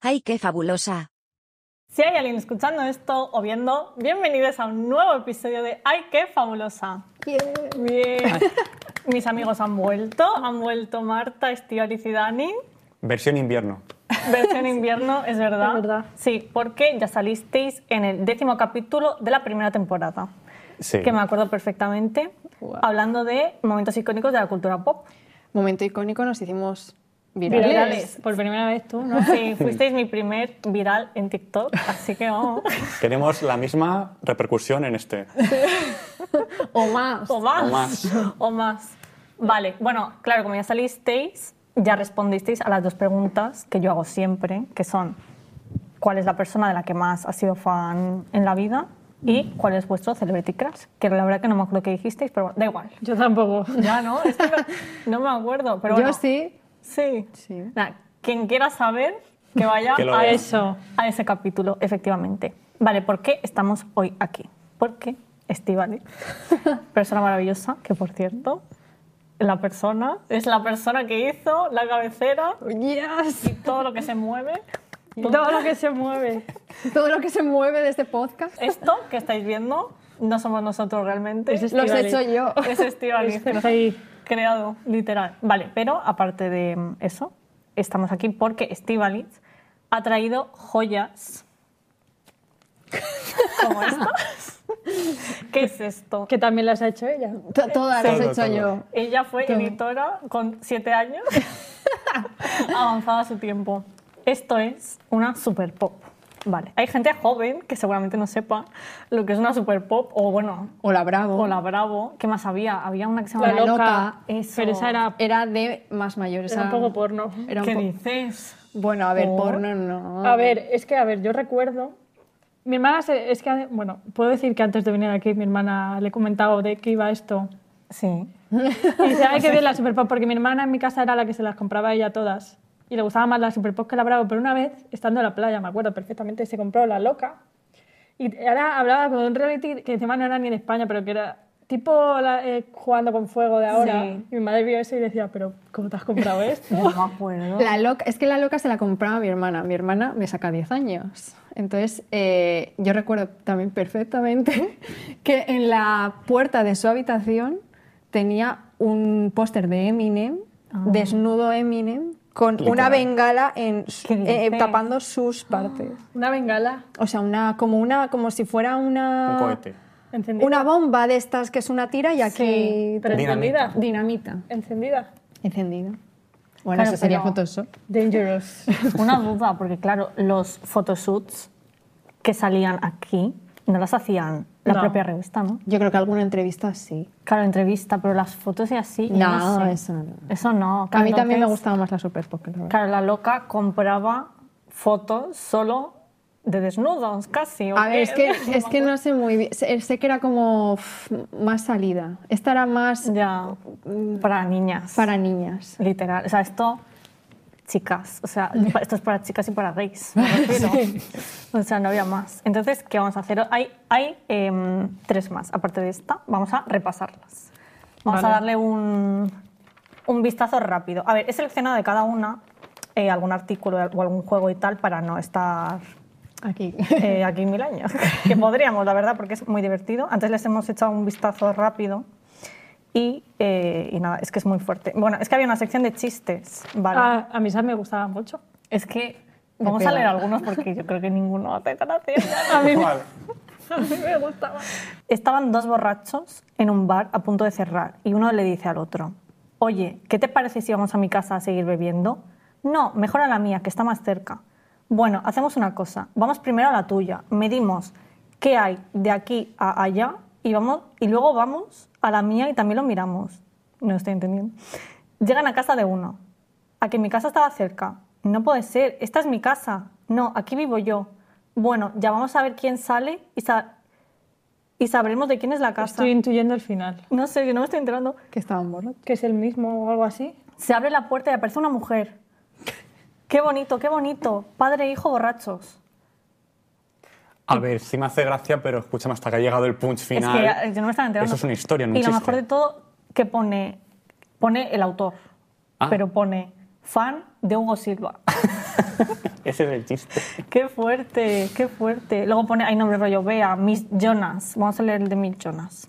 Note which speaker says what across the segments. Speaker 1: ¡Ay, qué fabulosa!
Speaker 2: Si hay alguien escuchando esto o viendo, bienvenidos a un nuevo episodio de ¡Ay, qué fabulosa! Bien. Mis amigos han vuelto, han vuelto Marta, Estíbaliz y Dani.
Speaker 3: Versión invierno.
Speaker 2: Versión invierno, es verdad.
Speaker 4: Es verdad.
Speaker 2: Sí, porque ya salisteis en el décimo capítulo de la primera temporada,
Speaker 3: Sí.
Speaker 2: que me acuerdo perfectamente,
Speaker 4: Guau.
Speaker 2: hablando de momentos icónicos de la cultura pop.
Speaker 4: Momento icónico, nos hicimos virales.
Speaker 2: Virales.
Speaker 5: Por primera vez tú, ¿no?
Speaker 2: Sí, fuisteis mi primer viral en TikTok, así que vamos.
Speaker 3: Queremos la misma repercusión en este.
Speaker 4: O más.
Speaker 2: O más.
Speaker 3: O más.
Speaker 2: O más. Vale, bueno, claro, como ya salisteis, ya respondisteis a las dos preguntas que yo hago siempre, que son ¿cuál es la persona de la que más has sido fan en la vida? Y ¿cuál es vuestro celebrity crush? Que la verdad que no me acuerdo qué dijisteis, pero bueno, da igual.
Speaker 5: Yo tampoco.
Speaker 2: Ya, ¿no? Es que no, no me acuerdo, pero
Speaker 4: Yo
Speaker 2: bueno.
Speaker 4: sí.
Speaker 2: Sí.
Speaker 4: Sí.
Speaker 2: Nada, quien quiera saber, que vaya
Speaker 3: Que lo
Speaker 2: a,
Speaker 3: vea.
Speaker 2: eso, a ese capítulo, efectivamente. Vale, ¿por qué estamos hoy aquí? Porque Estivali, persona maravillosa, que por cierto, la persona, es la persona que hizo la cabecera,
Speaker 4: Yes.
Speaker 2: todo lo que se mueve,
Speaker 5: Todo lo que se mueve.
Speaker 4: Todo lo que se mueve de este podcast
Speaker 2: esto que estáis viendo, no somos nosotros realmente.
Speaker 5: Es
Speaker 4: los he
Speaker 5: Estíbaliz.
Speaker 4: hecho yo.
Speaker 2: Es Estivali.
Speaker 5: Está ahí.
Speaker 2: creado, literal. Vale, pero aparte de mm, eso, estamos aquí porque Estivaliz ha traído joyas como estas. ¿Qué es esto?
Speaker 5: Que también las ha hecho ella.
Speaker 4: To- Todas las he
Speaker 3: Todo,
Speaker 4: hecho
Speaker 3: todo.
Speaker 4: yo.
Speaker 2: Ella fue editora con siete años, avanzada su tiempo. Esto es una super pop. Vale, hay gente joven que seguramente no sepa lo que es una super pop o bueno,
Speaker 4: Hola, bravo.
Speaker 2: o la Bravo. ¿Qué más había? Había una que se
Speaker 5: La
Speaker 2: llamaba
Speaker 4: loca.
Speaker 5: loca.
Speaker 2: Eso.
Speaker 5: Pero esa era,
Speaker 4: Era de más mayores.
Speaker 5: era un poco porno.
Speaker 4: Era un
Speaker 2: ¿Qué
Speaker 4: po-
Speaker 2: dices?
Speaker 4: Bueno, a ver,
Speaker 2: ¿Por?
Speaker 4: porno no.
Speaker 5: A ver, es que, a ver, yo recuerdo... Mi hermana, se- es que, bueno, puedo decir que antes de venir aquí mi hermana le he comentado de qué iba esto.
Speaker 2: Sí.
Speaker 5: Y dice, hay que ver la Superpop, porque mi hermana en mi casa era la que se las compraba ella todas. Y le gustaba más la Superpop que la Bravo, pero una vez, estando en la playa, me acuerdo perfectamente, se compró la Loca. Y ahora hablaba con un reality que encima no era ni en España, pero que era tipo la- eh, jugando con fuego de ahora.
Speaker 2: Sí.
Speaker 5: Y mi madre vio eso y decía, pero ¿cómo te has comprado esto?
Speaker 2: No me acuerdo.
Speaker 4: La loca, es que la loca se la compraba mi hermana. Mi hermana me saca 10 años. Entonces, eh, yo recuerdo también perfectamente que en la puerta de su habitación tenía un póster de Eminem,
Speaker 2: Ah.
Speaker 4: desnudo Eminem, con una bengala en, su-
Speaker 2: ¿Qué Ah.
Speaker 4: eh,
Speaker 2: dices?
Speaker 4: tapando sus partes.
Speaker 5: Una bengala
Speaker 4: O sea, una, como, una, como si fuera
Speaker 3: Un
Speaker 2: Ah.
Speaker 4: una,
Speaker 3: cohete.
Speaker 5: encendida.
Speaker 4: una bomba de estas que es una tira y aquí
Speaker 5: pero
Speaker 3: Dinamita.
Speaker 5: encendida.
Speaker 4: dinamita
Speaker 5: Encendida.
Speaker 4: encendida. Bueno,
Speaker 2: Claro,
Speaker 4: eso sería
Speaker 2: pero-
Speaker 4: Photoshop.
Speaker 5: Dangerous.
Speaker 2: Una duda, porque claro, los photoshoots que salían aquí no las hacían la
Speaker 5: No.
Speaker 2: propia revista, ¿no?
Speaker 4: Yo creo que alguna entrevista sí.
Speaker 2: Claro, entrevista, pero las fotos y así. yo
Speaker 4: No,
Speaker 2: sé.
Speaker 4: eso no.
Speaker 2: Eso no.
Speaker 4: A mí también me
Speaker 2: Entonces,
Speaker 4: gustaba más la Super Pop, la verdad.
Speaker 2: Claro, la loca compraba fotos solo de desnudos, casi. ¿o
Speaker 4: A ver,
Speaker 2: qué?
Speaker 4: es que, es que no sé muy bien. Sé, sé que era como uf, más salida. Esta era más
Speaker 2: Ya, para niñas.
Speaker 4: para niñas.
Speaker 2: Literal. O sea, esto, chicas. O sea, pa- esto es para chicas y para gays. me refiero. O sea, no había más. Entonces, ¿qué vamos a hacer? Hay, hay em, tres más. Aparte de esta, vamos a repasarlas. Vamos a
Speaker 5: Vale.
Speaker 2: darle un, un vistazo rápido. A ver, he seleccionado de cada una eh, algún artículo o algún juego y tal para no estar
Speaker 4: Aquí.
Speaker 2: eh, aquí mil años. que podríamos, la verdad, porque es muy divertido. Antes les hemos echado un vistazo rápido. Y, eh, y nada, es que es muy fuerte. Bueno, es que había una sección de chistes, ¿vale?
Speaker 5: Ah, a mí esas me gustaban mucho.
Speaker 2: es que vamos a
Speaker 4: pega.
Speaker 2: leer algunos porque yo creo que ninguno hace gracia.
Speaker 3: Vale.
Speaker 2: Estaban dos borrachos en un bar a punto de cerrar y uno le dice al otro, oye, ¿qué te parece si vamos a mi casa a seguir bebiendo? No, mejor a la mía, que está más cerca. Bueno, hacemos una cosa, vamos primero a la tuya, medimos qué hay de aquí a allá y, vamos, y luego vamos a la mía y también lo miramos. No estoy entendiendo. Llegan a casa de uno. A que mi casa estaba cerca. No puede ser, esta es mi casa. No, aquí vivo yo. Bueno, ya vamos a ver quién sale y, sa- y sabremos de quién es la casa.
Speaker 5: Estoy intuyendo el final.
Speaker 2: No sé, yo no me estoy enterando.
Speaker 4: Que estaban borrachos.
Speaker 5: Que es el mismo o algo así.
Speaker 2: Se abre la puerta y aparece una mujer. Qué bonito, qué bonito. Padre e hijo borrachos.
Speaker 3: A ver, sí me hace gracia, pero escúchame, hasta que ha llegado el punch final.
Speaker 2: Es que eh, yo no me estaba enterando.
Speaker 3: Eso es una historia, no
Speaker 2: Y
Speaker 3: un
Speaker 2: lo
Speaker 3: chiste.
Speaker 2: mejor de todo, que pone, pone el autor.
Speaker 3: Ah.
Speaker 2: Pero pone, fan de Hugo Silva.
Speaker 3: Ese es el chiste.
Speaker 2: qué fuerte, qué fuerte. Luego pone, hay nombre rollo, vea, Miss Jonas. Vamos a leer el de Miss Jonas.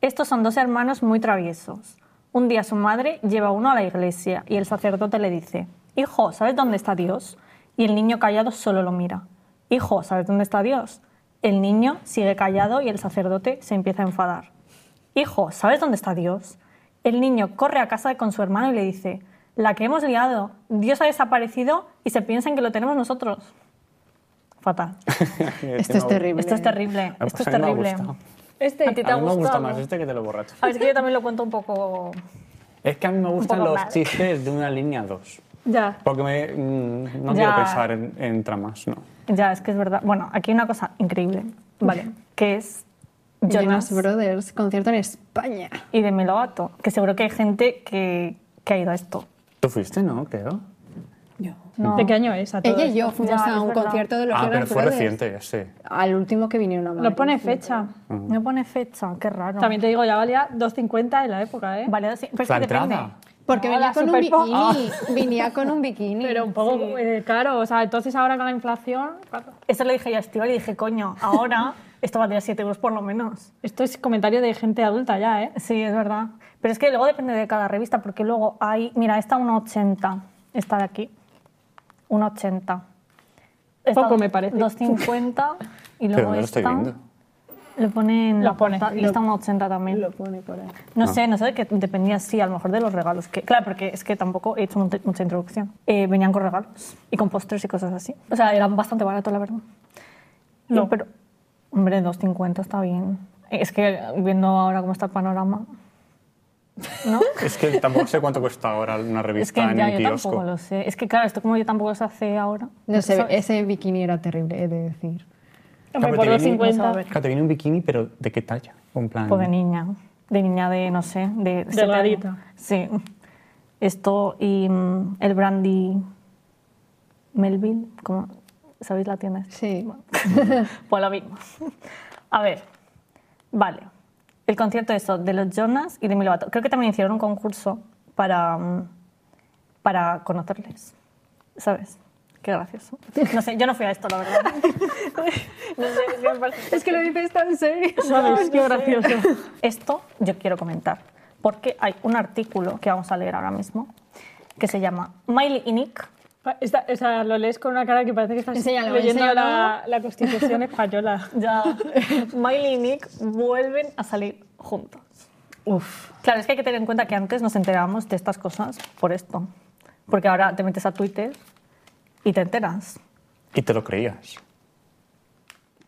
Speaker 2: Estos son dos hermanos muy traviesos. Un día su madre lleva uno a la iglesia y el sacerdote le dice, Hijo, ¿sabes dónde está Dios? Y el niño callado solo lo mira. Hijo, ¿sabes dónde está Dios? El niño sigue callado y el sacerdote se empieza a enfadar. Hijo, ¿sabes dónde está Dios? El niño corre a casa con su hermano y le dice, La que hemos liado, Dios ha desaparecido y se piensan que lo tenemos nosotros. Fatal.
Speaker 3: Este
Speaker 4: Esto es terrible.
Speaker 2: Esto es terrible, esto es
Speaker 3: a mí me ha
Speaker 2: terrible.
Speaker 3: gustado.
Speaker 5: Este.
Speaker 2: A ti te
Speaker 3: A
Speaker 2: ha
Speaker 3: mí me gusta
Speaker 2: gustado.
Speaker 3: más este que te lo borracho.
Speaker 2: A ver, es que yo también lo cuento un poco...
Speaker 3: Es que a mí me gustan
Speaker 2: poco
Speaker 3: los
Speaker 2: mal.
Speaker 3: chistes de una línea a dos.
Speaker 5: Ya.
Speaker 3: Porque me, mm, no
Speaker 2: Ya.
Speaker 3: quiero pensar en, en tramas, no.
Speaker 2: Ya, es que es verdad. Bueno, aquí hay una cosa increíble, ¿vale? Que es Jonas
Speaker 4: Jonas Brothers, concierto en España.
Speaker 2: y de Meloato, que seguro que hay gente que, que ha ido a esto.
Speaker 3: ¿Tú fuiste, no? Creo.
Speaker 2: No.
Speaker 5: ¿De qué año es? A todo
Speaker 4: Ella y
Speaker 5: esto?
Speaker 4: yo fuimos
Speaker 2: Ya,
Speaker 4: a
Speaker 2: es
Speaker 4: un
Speaker 2: verdad.
Speaker 4: concierto de los
Speaker 3: ah,
Speaker 4: Jonas
Speaker 3: pero fue
Speaker 4: Brothers.
Speaker 3: reciente, ya sé.
Speaker 4: Al último que vinieron a Madrid.
Speaker 5: No pone fecha.
Speaker 2: No pone fecha, qué raro.
Speaker 5: También te digo, ya valía 2.50 en la época, ¿eh?
Speaker 2: Vale, sí, pero es
Speaker 3: La
Speaker 2: que depende.
Speaker 3: entrada.
Speaker 4: Porque
Speaker 5: No,
Speaker 4: venía
Speaker 5: la
Speaker 4: con un
Speaker 5: Superpop.
Speaker 4: bikini. Venía con un bikini.
Speaker 5: Pero un poco eh, caro. O sea, entonces ahora con la inflación... claro.
Speaker 2: Eso le dije yo a Estival y dije, coño, ahora esto valdría 7 euros por lo menos.
Speaker 5: Esto es comentario de gente adulta ya, ¿eh?
Speaker 2: Sí, es verdad. Pero es que luego depende de cada revista, porque luego hay, mira, esta 1,80, esta de aquí, 1,80. Esta
Speaker 5: Poco, me parece.
Speaker 2: 2,50 y
Speaker 3: Pero
Speaker 2: luego
Speaker 3: no lo
Speaker 2: esta
Speaker 3: estoy viendo.
Speaker 2: le ponen
Speaker 5: Lo
Speaker 2: la
Speaker 5: pone,
Speaker 2: portada, y
Speaker 5: lo-
Speaker 2: está 1,80 también.
Speaker 4: Lo pone por ahí.
Speaker 2: No
Speaker 3: Ah.
Speaker 2: sé, no sé, de qué dependía, sí, a lo mejor de los regalos. que Claro, porque es que tampoco he hecho mucha, mucha introducción. Eh, venían con regalos y con pósters y cosas así. O sea, eran bastante baratos, la verdad. No, pero, hombre, 2,50 está bien. Es que viendo ahora cómo está el panorama... ¿No?
Speaker 3: Es que tampoco sé cuánto cuesta ahora una
Speaker 2: es
Speaker 3: revista
Speaker 2: que
Speaker 3: en
Speaker 2: ya
Speaker 3: un
Speaker 2: yo tampoco
Speaker 3: kiosco.
Speaker 2: lo sé. Es que claro, esto como yo tampoco lo sé hace ahora.
Speaker 4: No sé,
Speaker 2: ¿sabes?
Speaker 4: ese bikini era terrible, he de decir.
Speaker 5: Hombre,
Speaker 3: pero
Speaker 5: por
Speaker 3: te viene-
Speaker 5: 2.50.
Speaker 3: Claro, te viene un bikini, pero ¿de qué talla? En plan...
Speaker 2: Pues de niña. De niña de, no sé, de... siete años.
Speaker 5: Delgadita.
Speaker 2: Sí. Esto y mm, el brandy Melville, ¿cómo? ¿sabéis la tienda? esta?
Speaker 4: Sí.
Speaker 2: Pues lo mismo. A ver, vale. El concierto eso, de los Jonas y de Milovato. Creo que también hicieron un concurso para, mm, para conocerles, ¿sabes? Qué gracioso. No sé, yo no fui a esto, la verdad. no sé, es que me parece-
Speaker 4: Es que lo dices tan serio.
Speaker 5: ¿Sabes? Qué gracioso.
Speaker 2: esto yo quiero comentar, porque hay un artículo que vamos a leer ahora mismo que se llama Miley y Nick.
Speaker 5: Esta- o sea, lo lees con una cara que parece que estás
Speaker 4: Enséñalo,
Speaker 5: leyendo
Speaker 4: enséñalo.
Speaker 5: La, la Constitución española.
Speaker 2: Ya, Miley y Nick vuelven a salir juntos.
Speaker 4: Uf.
Speaker 2: Claro, es que hay que tener en cuenta que antes nos enterábamos de estas cosas por esto, porque ahora te metes a Twitter y te enteras.
Speaker 3: Y te lo creías.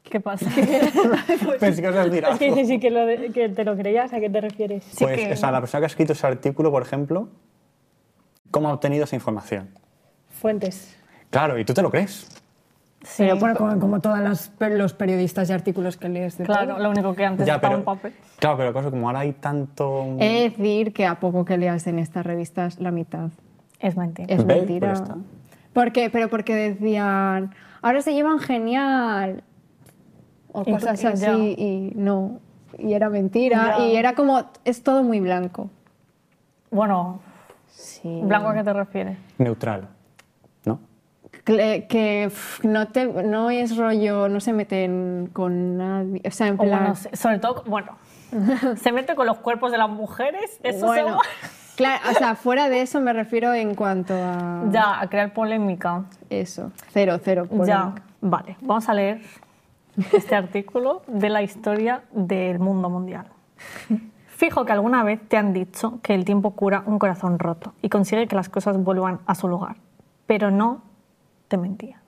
Speaker 2: ¿Qué pasa?
Speaker 3: Pensé que os has tirado.
Speaker 5: Es que dices sí que, lo de- que te lo creías, ¿a qué te refieres?
Speaker 2: Sí
Speaker 3: Pues,
Speaker 2: que-
Speaker 3: o sea, la persona que ha escrito ese artículo, por ejemplo, ¿cómo ha obtenido esa información?
Speaker 5: Fuentes.
Speaker 3: Claro, y tú te lo crees.
Speaker 2: Sí,
Speaker 4: Pero bueno, como, como todos los, periodistas y artículos que lees de
Speaker 2: claro,
Speaker 4: todo.
Speaker 2: lo único que antes estaba un papel.
Speaker 3: Claro, pero cosa, como ahora hay tanto...
Speaker 4: He de decir que a poco que leas en estas revistas la mitad
Speaker 2: Es mentira.
Speaker 4: es
Speaker 3: Ve,
Speaker 4: mentira.
Speaker 3: pues ya está.
Speaker 4: ¿Por qué? Pero porque decían, ahora se llevan genial. O
Speaker 2: Y
Speaker 4: cosas
Speaker 2: tú- y
Speaker 4: así
Speaker 2: ya.
Speaker 4: y no. Y era mentira.
Speaker 2: Ya.
Speaker 4: Y era como, es todo muy blanco.
Speaker 2: Bueno,
Speaker 4: Sí.
Speaker 2: Blanco, ¿a qué te refieres?
Speaker 3: Neutral, ¿no?
Speaker 4: que, que, pf, no, te, no es rollo, no se meten con nadie. O sea, en
Speaker 2: O
Speaker 4: plan.
Speaker 2: bueno, se- sobre todo, bueno, se mete con los cuerpos de las mujeres, eso
Speaker 4: bueno,
Speaker 2: se
Speaker 4: claro, o sea, fuera de eso me refiero en cuanto a
Speaker 2: Ya, a crear polémica.
Speaker 4: eso. Cero, cero.
Speaker 2: Ya,
Speaker 4: polémica.
Speaker 2: vale, vamos a leer este artículo de la historia del mundo mundial. Fijo que alguna vez te han dicho que el tiempo cura un corazón roto y consigue que las cosas vuelvan a su lugar, pero no te mentía.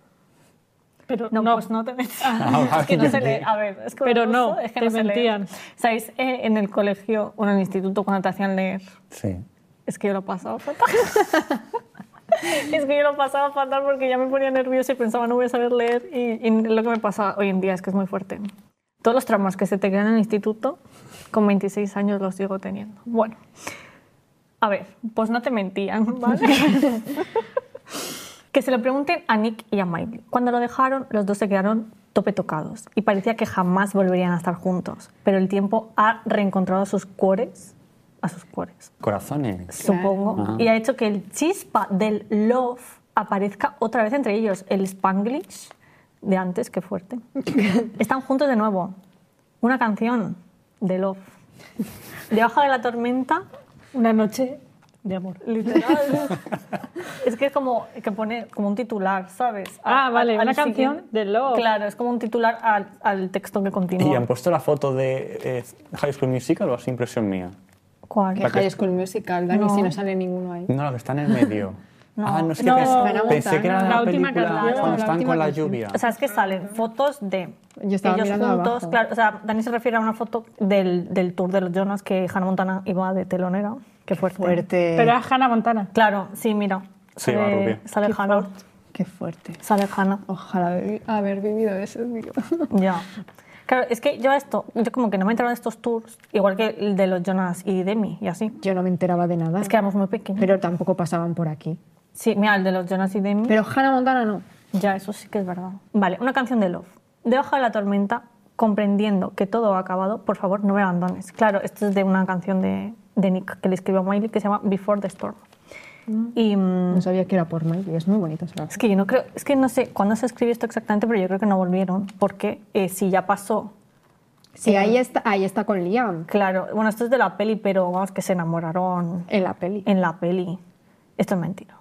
Speaker 5: Pero
Speaker 2: No,
Speaker 5: no,
Speaker 2: pues no te
Speaker 3: Ah,
Speaker 2: mentían. es que no
Speaker 3: vale.
Speaker 2: se lee. A ver, es que
Speaker 5: Pero
Speaker 2: lo
Speaker 5: no,
Speaker 2: ruso es que
Speaker 5: te
Speaker 2: no se lee.
Speaker 5: mentían.
Speaker 2: ¿Sabéis? eh, en el colegio o en el instituto cuando te hacían leer
Speaker 3: Sí.
Speaker 2: es que yo lo pasaba fatal. es que yo lo pasaba fatal porque ya me ponía nerviosa y pensaba no voy a saber leer. Y, y lo que me pasa hoy en día es que es muy fuerte. Todos los traumas que se te quedan en el instituto, con 26 años los sigo teniendo. Bueno, a ver, pues no te mentían, ¿vale? que se lo pregunten a Nick y a Miley. Cuando lo dejaron, los dos se quedaron tope tocados y parecía que jamás volverían a estar juntos. Pero el tiempo ha reencontrado sus cuores a sus cuores,
Speaker 3: Corazones.
Speaker 2: supongo.
Speaker 3: Ah.
Speaker 2: Y ha hecho que el chispa del love aparezca otra vez entre ellos. El spanglish de antes, qué fuerte. Están juntos de nuevo. Una canción de love. Debajo de la tormenta,
Speaker 5: Una noche de amor.
Speaker 2: literal. es que es como que pone como un titular, ¿sabes?
Speaker 5: Ah, vale, una
Speaker 2: al siguiente-
Speaker 5: canción de love.
Speaker 2: Claro, es como un titular al, al texto que
Speaker 3: Y pues, han
Speaker 2: continúa.
Speaker 3: puesto la foto de eh, High School Musical o es impresión mía.
Speaker 2: ¿Cuál?
Speaker 4: Que High School Musical, Dani,
Speaker 2: No.
Speaker 4: si no sale ninguno ahí.
Speaker 3: No, la que está en el medio.
Speaker 2: No.
Speaker 3: ah, no sé
Speaker 5: No,
Speaker 3: qué pensé-
Speaker 5: Hannah
Speaker 3: Pensé
Speaker 4: Montana.
Speaker 3: que era de la,
Speaker 5: La última
Speaker 3: película
Speaker 5: canción,
Speaker 3: cuando
Speaker 5: la
Speaker 3: están
Speaker 4: última
Speaker 3: con la
Speaker 4: canción.
Speaker 3: lluvia.
Speaker 2: O sea, es que salen fotos de
Speaker 4: Yo estaba
Speaker 2: ellos
Speaker 4: mirando
Speaker 2: juntos.
Speaker 4: abajo.
Speaker 2: Claro, o sea, Dani se refiere a una foto del, del tour de los Jonas que Hannah Montana iba de telonera. Qué fuerte. Eh.
Speaker 4: Fuerte.
Speaker 5: Pero es Hannah Montana.
Speaker 2: Claro, sí, mira.
Speaker 3: Sí,
Speaker 2: sale,
Speaker 3: va rubia.
Speaker 2: sale Hannah.
Speaker 4: Qué fuerte.
Speaker 2: Sale Hannah.
Speaker 4: Ojalá haber, haber vivido eso, tío.
Speaker 2: Ya. Claro, es que yo esto, yo como que no me he enterado de estos tours, igual que el de los Jonas y Demi y así.
Speaker 4: Yo no me enteraba de nada.
Speaker 2: Es que éramos muy pequeños.
Speaker 4: Pero tampoco pasaban por aquí.
Speaker 2: Sí, mira, el de los Jonas y Demi.
Speaker 4: Pero Hannah Montana no.
Speaker 2: Ya, eso sí que es verdad. Vale, una canción de Love. Debajo de la tormenta, comprendiendo que todo ha acabado, por favor, no me abandones. Claro, esto es de una canción de, de Nick que le escribió a Miley que se llama Before the Storm. Y mm,
Speaker 4: No sabía que era por Miley. Es muy bonito esa
Speaker 2: es que yo no creo, es que no sé cuándo se escribió esto exactamente, pero yo creo que no volvieron, porque eh, si ya pasó,
Speaker 4: Sí, ahí está, ahí está con Liam.
Speaker 2: claro, bueno, esto es de la peli, pero vamos, que se enamoraron
Speaker 4: En la peli.
Speaker 2: en la peli. Esto es mentira.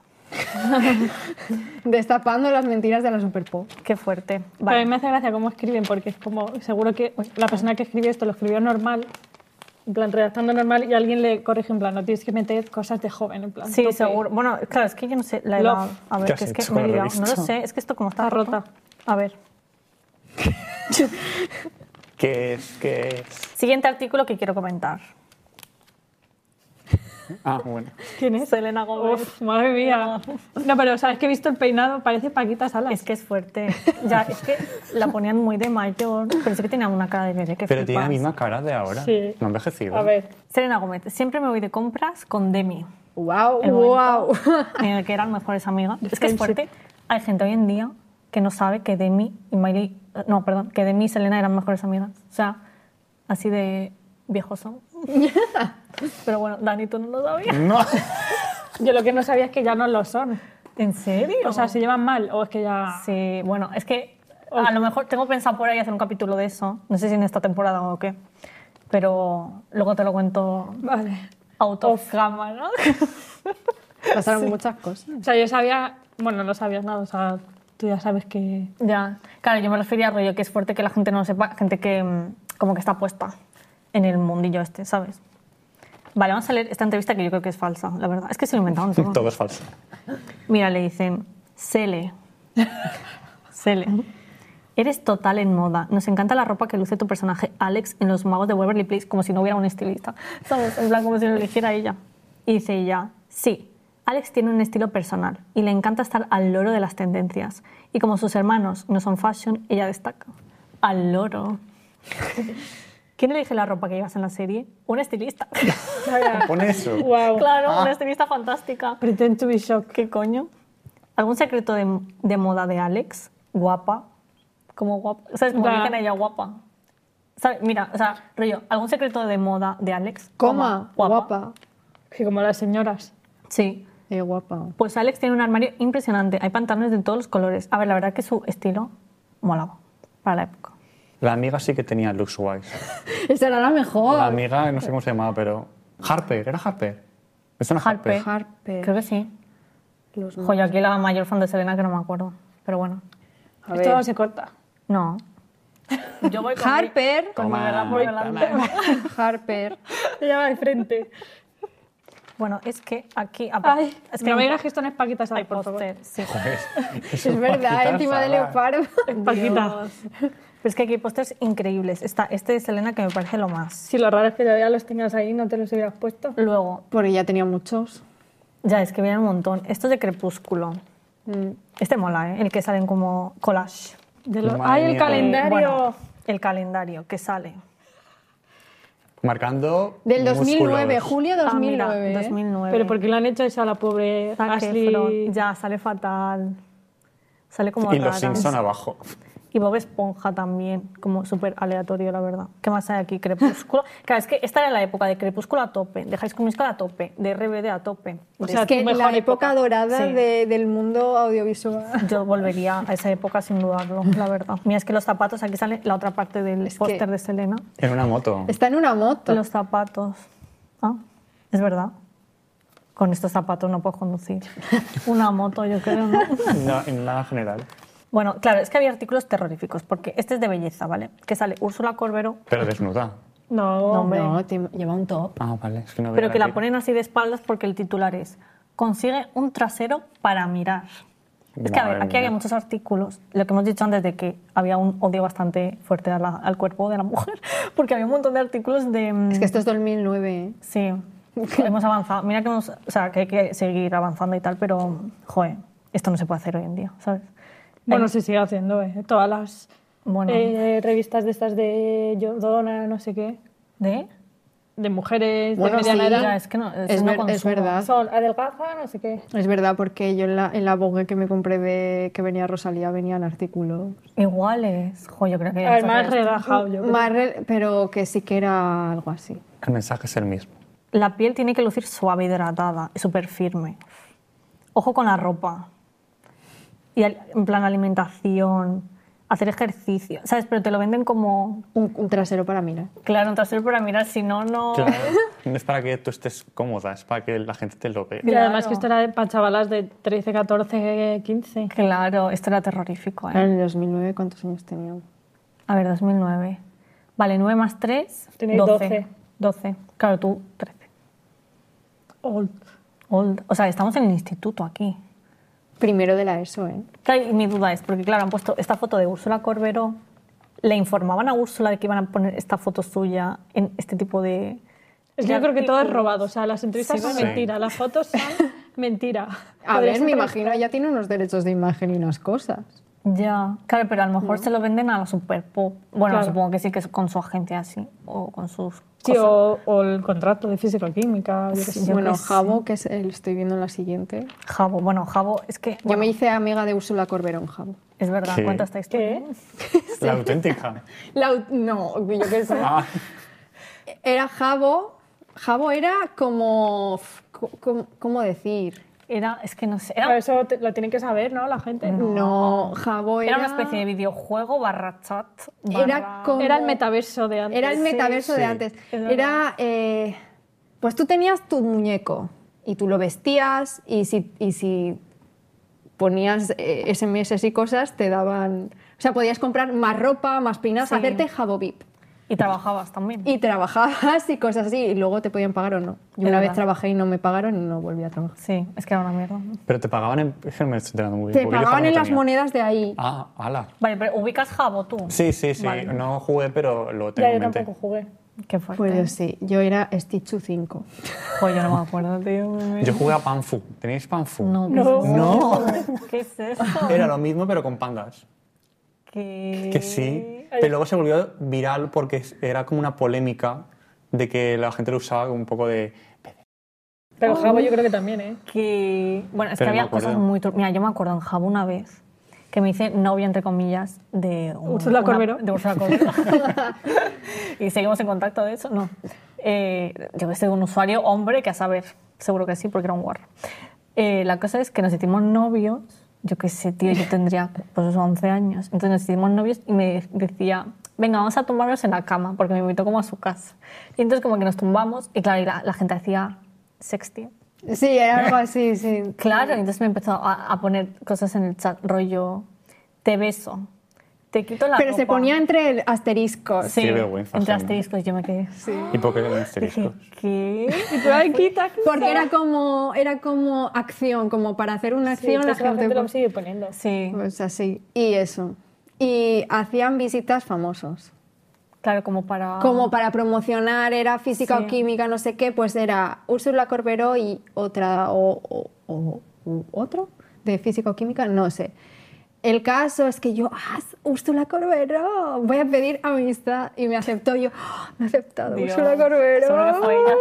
Speaker 4: Destapando las mentiras de la Super Pop.
Speaker 2: Qué fuerte.
Speaker 5: Pero a
Speaker 2: Vale.
Speaker 5: mí me hace gracia cómo escriben, porque es como, seguro que uy, la persona que escribe esto lo escribió normal, en plan, redactando normal, y alguien le corrige en plan, no tienes que meter cosas de joven, en plan.
Speaker 2: Sí,
Speaker 5: tope.
Speaker 2: seguro. Bueno, claro, es que yo no sé la
Speaker 5: Love.
Speaker 2: edad. A
Speaker 3: ¿Qué
Speaker 2: ver,
Speaker 3: has
Speaker 2: que es que
Speaker 3: hecho
Speaker 2: me he
Speaker 3: con la
Speaker 2: liado. No lo
Speaker 3: revista?
Speaker 2: sé, es que esto como está
Speaker 5: Está
Speaker 2: rota.
Speaker 5: rota.
Speaker 2: A ver.
Speaker 3: ¿Qué es? ¿Qué es?
Speaker 2: Siguiente artículo que quiero comentar.
Speaker 3: Ah, bueno.
Speaker 5: ¿Quién es?
Speaker 2: Selena Gómez.
Speaker 5: Uf, madre mía. No, pero sabes que he visto el peinado, parece Paquita Salas.
Speaker 2: Es que es fuerte. Ya, es que la ponían muy de mayor. Pensé que tenía una cara de bebé. Que
Speaker 3: Pero tiene la
Speaker 2: flipas.
Speaker 3: misma cara de ahora.
Speaker 5: Sí.
Speaker 3: No ha envejecido.
Speaker 5: A ver,
Speaker 2: Selena Gómez. Siempre me voy de compras con Demi.
Speaker 4: ¡Wow!
Speaker 2: El
Speaker 4: ¡Wow!
Speaker 2: en el que eran mejores amigas.
Speaker 5: De
Speaker 2: Es que es
Speaker 5: friendship.
Speaker 2: fuerte. Hay gente hoy en día que no sabe que Demi y Miley, eh, no, perdón, que Demi y Selena eran mejores amigas. O sea, así de viejos son. Pero bueno, Dani, tú no lo sabías.
Speaker 3: No.
Speaker 5: yo lo que no sabía es que ya no lo son.
Speaker 2: ¿En serio?
Speaker 5: O sea, se llevan mal, o es que ya...
Speaker 2: sí, bueno, es que a lo mejor tengo pensado por ahí hacer un capítulo de eso. No sé si en esta temporada o qué. Pero luego te lo cuento
Speaker 5: Vale.
Speaker 2: out of camera.
Speaker 4: Pasaron muchas cosas.
Speaker 5: O sea, yo sabía... Bueno, no sabías nada, o sea, tú ya sabes que...
Speaker 2: Ya, claro, yo me refería a rollo que es fuerte que la gente no lo sepa, gente que mm, como que está puesta en el mundillo este, ¿sabes? Vale, vamos a leer esta entrevista que yo creo que es falsa, la verdad. Es que se lo inventaron todo.
Speaker 3: Todo es falso.
Speaker 2: Mira, le dicen, Sele, Sele, eres total en moda. Nos encanta la ropa que luce tu personaje Alex en Los Magos de Waverly Place, como si no hubiera un estilista, ¿sabes? En plan, como si lo eligiera ella. Y dice ella, sí, Alex tiene un estilo personal y le encanta estar al loro de las tendencias. Y como sus hermanos no son fashion, ella destaca. Al loro. ¿Quién elige la ropa que llevas en la serie? Un estilista.
Speaker 3: Pon eso.
Speaker 5: Wow.
Speaker 2: claro, una estilista fantástica.
Speaker 5: Pretend to be shocked.
Speaker 2: ¿Qué coño? ¿Algún secreto de, de moda de Alex? Guapa. Como guapa. O sea, es como
Speaker 5: Ya.
Speaker 2: dicen a ella guapa. ¿Sabe? Mira, o sea, rollo, ¿algún secreto de moda de Alex?
Speaker 4: Coma, guapa.
Speaker 5: Sí, como las señoras.
Speaker 2: Sí.
Speaker 4: Eh, guapa.
Speaker 2: Pues Alex tiene un armario impresionante. Hay pantalones de todos los colores. A ver, la verdad que su estilo molaba para la época.
Speaker 3: La amiga sí que tenía looks guays.
Speaker 4: Esa era la
Speaker 2: Oh.
Speaker 3: La
Speaker 4: mejor.
Speaker 3: amiga, no sé cómo se llamaba, pero... Harper, ¿era Harper? ¿Me suena Harper?
Speaker 4: Harper.
Speaker 2: Creo que sí.
Speaker 4: Los
Speaker 2: Jo, yo aquí la mayor fan de Selena que no me acuerdo. Pero bueno.
Speaker 4: A
Speaker 5: Esto
Speaker 4: ver.
Speaker 5: no se corta.
Speaker 2: No. Yo voy con mi-
Speaker 4: Harper.
Speaker 2: con mi
Speaker 3: Toma,
Speaker 2: verdad por delante.
Speaker 4: Harper.
Speaker 5: Ella va al frente.
Speaker 2: Bueno, es que aquí...
Speaker 5: Ay,
Speaker 2: es
Speaker 5: no
Speaker 2: me
Speaker 5: me digas que esto no es Paquita Salas, por favor.
Speaker 2: póster, sí.
Speaker 4: Es verdad, encima de leopardo.
Speaker 5: Paquita.
Speaker 2: Pero es que aquí hay pósters increíbles. Está este de Selena que me parece lo más.
Speaker 5: Si lo raro es que todavía los tengas ahí no te los hubieras puesto.
Speaker 2: Luego,
Speaker 4: Porque ya tenía muchos.
Speaker 2: ya es que vienen un montón. Esto es de Crepúsculo.
Speaker 4: Mm.
Speaker 2: Este mola, ¿eh? El que salen como collage. Eh,
Speaker 5: De los-
Speaker 3: Madre
Speaker 5: ¡Ay, el
Speaker 3: mía.
Speaker 5: calendario!
Speaker 2: Bueno, el calendario que sale.
Speaker 3: Marcando
Speaker 4: Del 2009,
Speaker 3: músculos.
Speaker 4: julio
Speaker 2: Ah, mira,
Speaker 4: 2009.
Speaker 2: 2009.
Speaker 5: Pero porque lo han hecho eso a la pobre
Speaker 2: Zac
Speaker 5: Ashley.
Speaker 2: Efron. Ya, sale fatal. Sale como
Speaker 3: Y los
Speaker 2: rara.
Speaker 3: Simpson abajo.
Speaker 2: Y Bob Esponja también, como súper aleatorio, la verdad. ¿Qué más hay aquí? Crepúsculo. Claro, es que esta era la época de Crepúsculo a tope, de High School Musical a tope, de RBD a tope.
Speaker 5: O
Speaker 2: De-
Speaker 5: sea,
Speaker 4: es que
Speaker 5: tu mejor
Speaker 4: la época,
Speaker 5: época.
Speaker 4: dorada
Speaker 2: Sí.
Speaker 4: de- del mundo audiovisual.
Speaker 2: Yo volvería a esa época sin dudarlo, la verdad. Mira, es que los zapatos, aquí sale la otra parte del
Speaker 4: Es que-
Speaker 2: póster de Selena.
Speaker 3: En una moto.
Speaker 4: Está en una moto.
Speaker 2: Los zapatos. Ah, es verdad. Con estos zapatos no puedo conducir. Una moto, yo creo, ¿no?
Speaker 3: No, en nada general.
Speaker 2: Bueno, claro, es que había artículos terroríficos, porque este es de belleza, ¿vale? Que sale Úrsula Corberó,
Speaker 3: Pero desnuda.
Speaker 5: No,
Speaker 2: No, hombre.
Speaker 4: No, te- lleva un top.
Speaker 3: Ah, vale. Es que no veo
Speaker 2: pero que la
Speaker 3: aquí.
Speaker 2: ponen así de espaldas porque el titular es Consigue un trasero para mirar. Es que, a ver,
Speaker 3: Madre
Speaker 2: aquí había
Speaker 3: mía.
Speaker 2: muchos artículos, lo que hemos dicho antes de que había un odio bastante fuerte a la- al cuerpo de la mujer, porque había un montón de artículos de... mm,
Speaker 4: Es que esto es 2009. ¿eh?
Speaker 2: Sí, hemos avanzado. Mira que, hemos- o sea, que hay que seguir avanzando y tal, pero, joder, esto no se puede hacer hoy en día, ¿sabes?
Speaker 5: Bueno,
Speaker 2: Hay-
Speaker 5: se sigue haciendo, ¿eh? Todas las
Speaker 2: Bueno.
Speaker 5: eh, revistas de estas de Jordana, no sé qué,
Speaker 2: ¿De?
Speaker 5: de mujeres
Speaker 4: Bueno,
Speaker 5: de mediana
Speaker 4: sí.
Speaker 5: edad.
Speaker 2: Ya, es que no, es,
Speaker 4: Es,
Speaker 2: no
Speaker 4: ver- es
Speaker 2: consumo.
Speaker 4: verdad.
Speaker 5: Son adelgaza, no sé qué.
Speaker 4: Es verdad, porque yo en la, en la Vogue que me compré de que venía Rosalía venían artículos.
Speaker 2: Iguales, joder, yo creo que... ya
Speaker 5: Además,
Speaker 2: no se hace esto.
Speaker 5: relajado yo. creo.
Speaker 4: Más re- pero que sí que era algo así.
Speaker 3: El mensaje es el mismo.
Speaker 2: La piel tiene que lucir suave, hidratada, súper firme. Ojo con la ropa. Y al- en plan alimentación, hacer ejercicio, ¿sabes? Pero te lo venden como...
Speaker 4: Un, un trasero para mirar.
Speaker 2: Claro, un trasero para mirar, si no, no...
Speaker 3: Claro. No es para que tú estés cómoda, es para que la gente te lo vea.
Speaker 5: Y además
Speaker 2: Claro.
Speaker 5: que esto era para chavalas de 13, 14, 15.
Speaker 2: Claro, esto era terrorífico, ¿eh?
Speaker 4: Claro, en el 2009, ¿cuántos años teníamos?
Speaker 2: A ver, 2009. Vale, 9 más 3,
Speaker 5: Tenéis
Speaker 2: 12.
Speaker 5: 12.
Speaker 2: 12. Claro, tú 13.
Speaker 5: Old.
Speaker 2: Old. O sea, estamos en el instituto aquí.
Speaker 4: Primero de la ESO, ¿eh?
Speaker 2: Claro, y mi duda es, porque claro, han puesto esta foto de Úrsula Corberó. ¿Le informaban a Úrsula de que iban a poner esta foto suya en este tipo de...?
Speaker 5: Es que
Speaker 2: de
Speaker 5: yo creo que todo es
Speaker 2: artículos?
Speaker 5: robado. O sea, las entrevistas
Speaker 2: Sí,
Speaker 5: son
Speaker 3: bueno.
Speaker 5: mentira, las fotos son mentira.
Speaker 4: A
Speaker 5: Podrías
Speaker 4: ver, me
Speaker 5: entrevistar-
Speaker 4: imagino, ella tiene unos derechos de imagen y unas cosas.
Speaker 2: Ya. Claro, pero a lo mejor se lo venden a la Super Pop. Bueno,
Speaker 5: Claro.
Speaker 2: supongo que sí, que es con su agente así, o con sus...
Speaker 5: Sí,
Speaker 2: cosas.
Speaker 5: o, o el contrato de físico-química. yo qué sé.
Speaker 2: Yo
Speaker 4: bueno,
Speaker 2: que sí.
Speaker 4: Jabo, que es el, estoy viendo en la siguiente.
Speaker 2: Jabo. Bueno, Jabo, es que...
Speaker 4: Yo
Speaker 2: bueno,
Speaker 4: me hice amiga de Úrsula Corberón, Jabo.
Speaker 2: Es verdad,
Speaker 3: Sí.
Speaker 2: cuenta esta historia.
Speaker 5: ¿Qué?
Speaker 3: La auténtica.
Speaker 4: La au- no, yo qué sé.
Speaker 3: Ah,
Speaker 4: Era Jabo. Jabo era como, f- co- como- ¿Cómo decir?
Speaker 2: Era, es que no sé,
Speaker 5: Pero
Speaker 2: era,
Speaker 5: eso te- lo tienen que saber, ¿no? La gente.
Speaker 4: No, Jabo era...
Speaker 2: era una especie de videojuego barra chat.
Speaker 4: Era
Speaker 2: barra-
Speaker 4: como...
Speaker 5: Era el metaverso de antes.
Speaker 4: Era el
Speaker 5: Sí.
Speaker 4: metaverso
Speaker 3: sí.
Speaker 4: de antes.
Speaker 5: Es verdad.
Speaker 4: Era, eh, pues tú tenías tu muñeco y tú lo vestías y si, y si ponías eh, SMS y cosas te daban... O sea, podías comprar más ropa, más pinas,
Speaker 2: Sí.
Speaker 4: hacerte jabo VIP.
Speaker 2: Y trabajabas también.
Speaker 4: Y trabajabas y cosas así y luego te podían pagar o no. Yo una
Speaker 2: verdad.
Speaker 4: vez trabajé y no me pagaron y no volví a trabajar.
Speaker 2: Sí, es que era una mierda.
Speaker 3: Pero te pagaban en. Es que no me estoy enterando muy bien.
Speaker 4: Te
Speaker 3: porque yo
Speaker 4: pagaban en las
Speaker 3: tampoco tenía.
Speaker 4: monedas de ahí.
Speaker 3: Ah, ala.
Speaker 2: Vale, pero ubicas Jabo tú.
Speaker 3: Sí, sí, sí.
Speaker 2: Vale.
Speaker 3: No jugué, pero lo tengo
Speaker 5: Ya, yo
Speaker 3: en mente.
Speaker 5: tampoco jugué.
Speaker 2: Qué fuerte.
Speaker 4: Pues yo sí, yo era Stichu 5.
Speaker 2: Joder, yo no me acuerdo, tío.
Speaker 3: Yo jugué a Panfu. ¿Tenéis Panfu?
Speaker 2: No, ¿qué
Speaker 5: No.
Speaker 2: es
Speaker 3: No.
Speaker 2: eso? ¿Qué es eso?
Speaker 3: Era lo mismo, pero con pandas.
Speaker 2: ¿Qué?
Speaker 3: Que sí. Pero luego se volvió viral porque era como una polémica de que la gente lo usaba como un poco de.
Speaker 5: Pero Java yo creo que también, ¿eh?
Speaker 2: que bueno es
Speaker 3: Pero
Speaker 2: que
Speaker 3: me
Speaker 2: había
Speaker 3: acuerdo.
Speaker 2: cosas muy tur- mira yo me acuerdo en Java una vez que me hice novia entre comillas de un-
Speaker 5: Úrsula
Speaker 2: una-
Speaker 5: Corberó.
Speaker 2: de Úrsula Corberó y seguimos en contacto de eso no Eh, yo que sé de un usuario hombre que a saber seguro que sí porque era un guarro Eh, la cosa es que nos hicimos novios yo qué sé tío yo tendría pues eso, 11 años entonces nos hicimos novios y me decía venga vamos a tumbarnos en la cama porque me invitó como a su casa y entonces como que nos tumbamos y claro y la, la gente hacía sexting
Speaker 4: Sí, era algo así, sí.
Speaker 2: Claro, entonces me empezó a, a poner cosas en el chat, rollo, te beso, te quito la
Speaker 4: Pero se
Speaker 2: ropa".
Speaker 4: ponía entre el- asteriscos.
Speaker 2: Sí,
Speaker 3: Qué vergüenza
Speaker 2: entre
Speaker 3: ajena.
Speaker 2: asteriscos yo me quedé.
Speaker 3: ¿Y por qué los
Speaker 2: Dije,
Speaker 3: asteriscos?
Speaker 2: ¿qué?
Speaker 5: Y tú, ay, quita, quita.
Speaker 4: Porque era como, era como acción, como para hacer una
Speaker 5: Sí,
Speaker 4: acción
Speaker 5: entonces
Speaker 4: la gente...
Speaker 5: lo sigue poniendo.
Speaker 2: Sí,
Speaker 4: Pues así, y eso. Y hacían visitas famosos.
Speaker 2: claro, como para...
Speaker 5: Ah.
Speaker 4: Como para promocionar, era física
Speaker 2: Sí.
Speaker 4: o química, no sé qué, pues era Úrsula Corberó y otra, o, o- o- u otro, de física o química, no sé. El caso es que yo, ah, Úrsula Corberó, voy a pedir amistad. Y me aceptó yo, ¡Ah! me ha aceptado
Speaker 2: Dios,
Speaker 4: Úrsula Corberó.
Speaker 2: seguro que fue ella,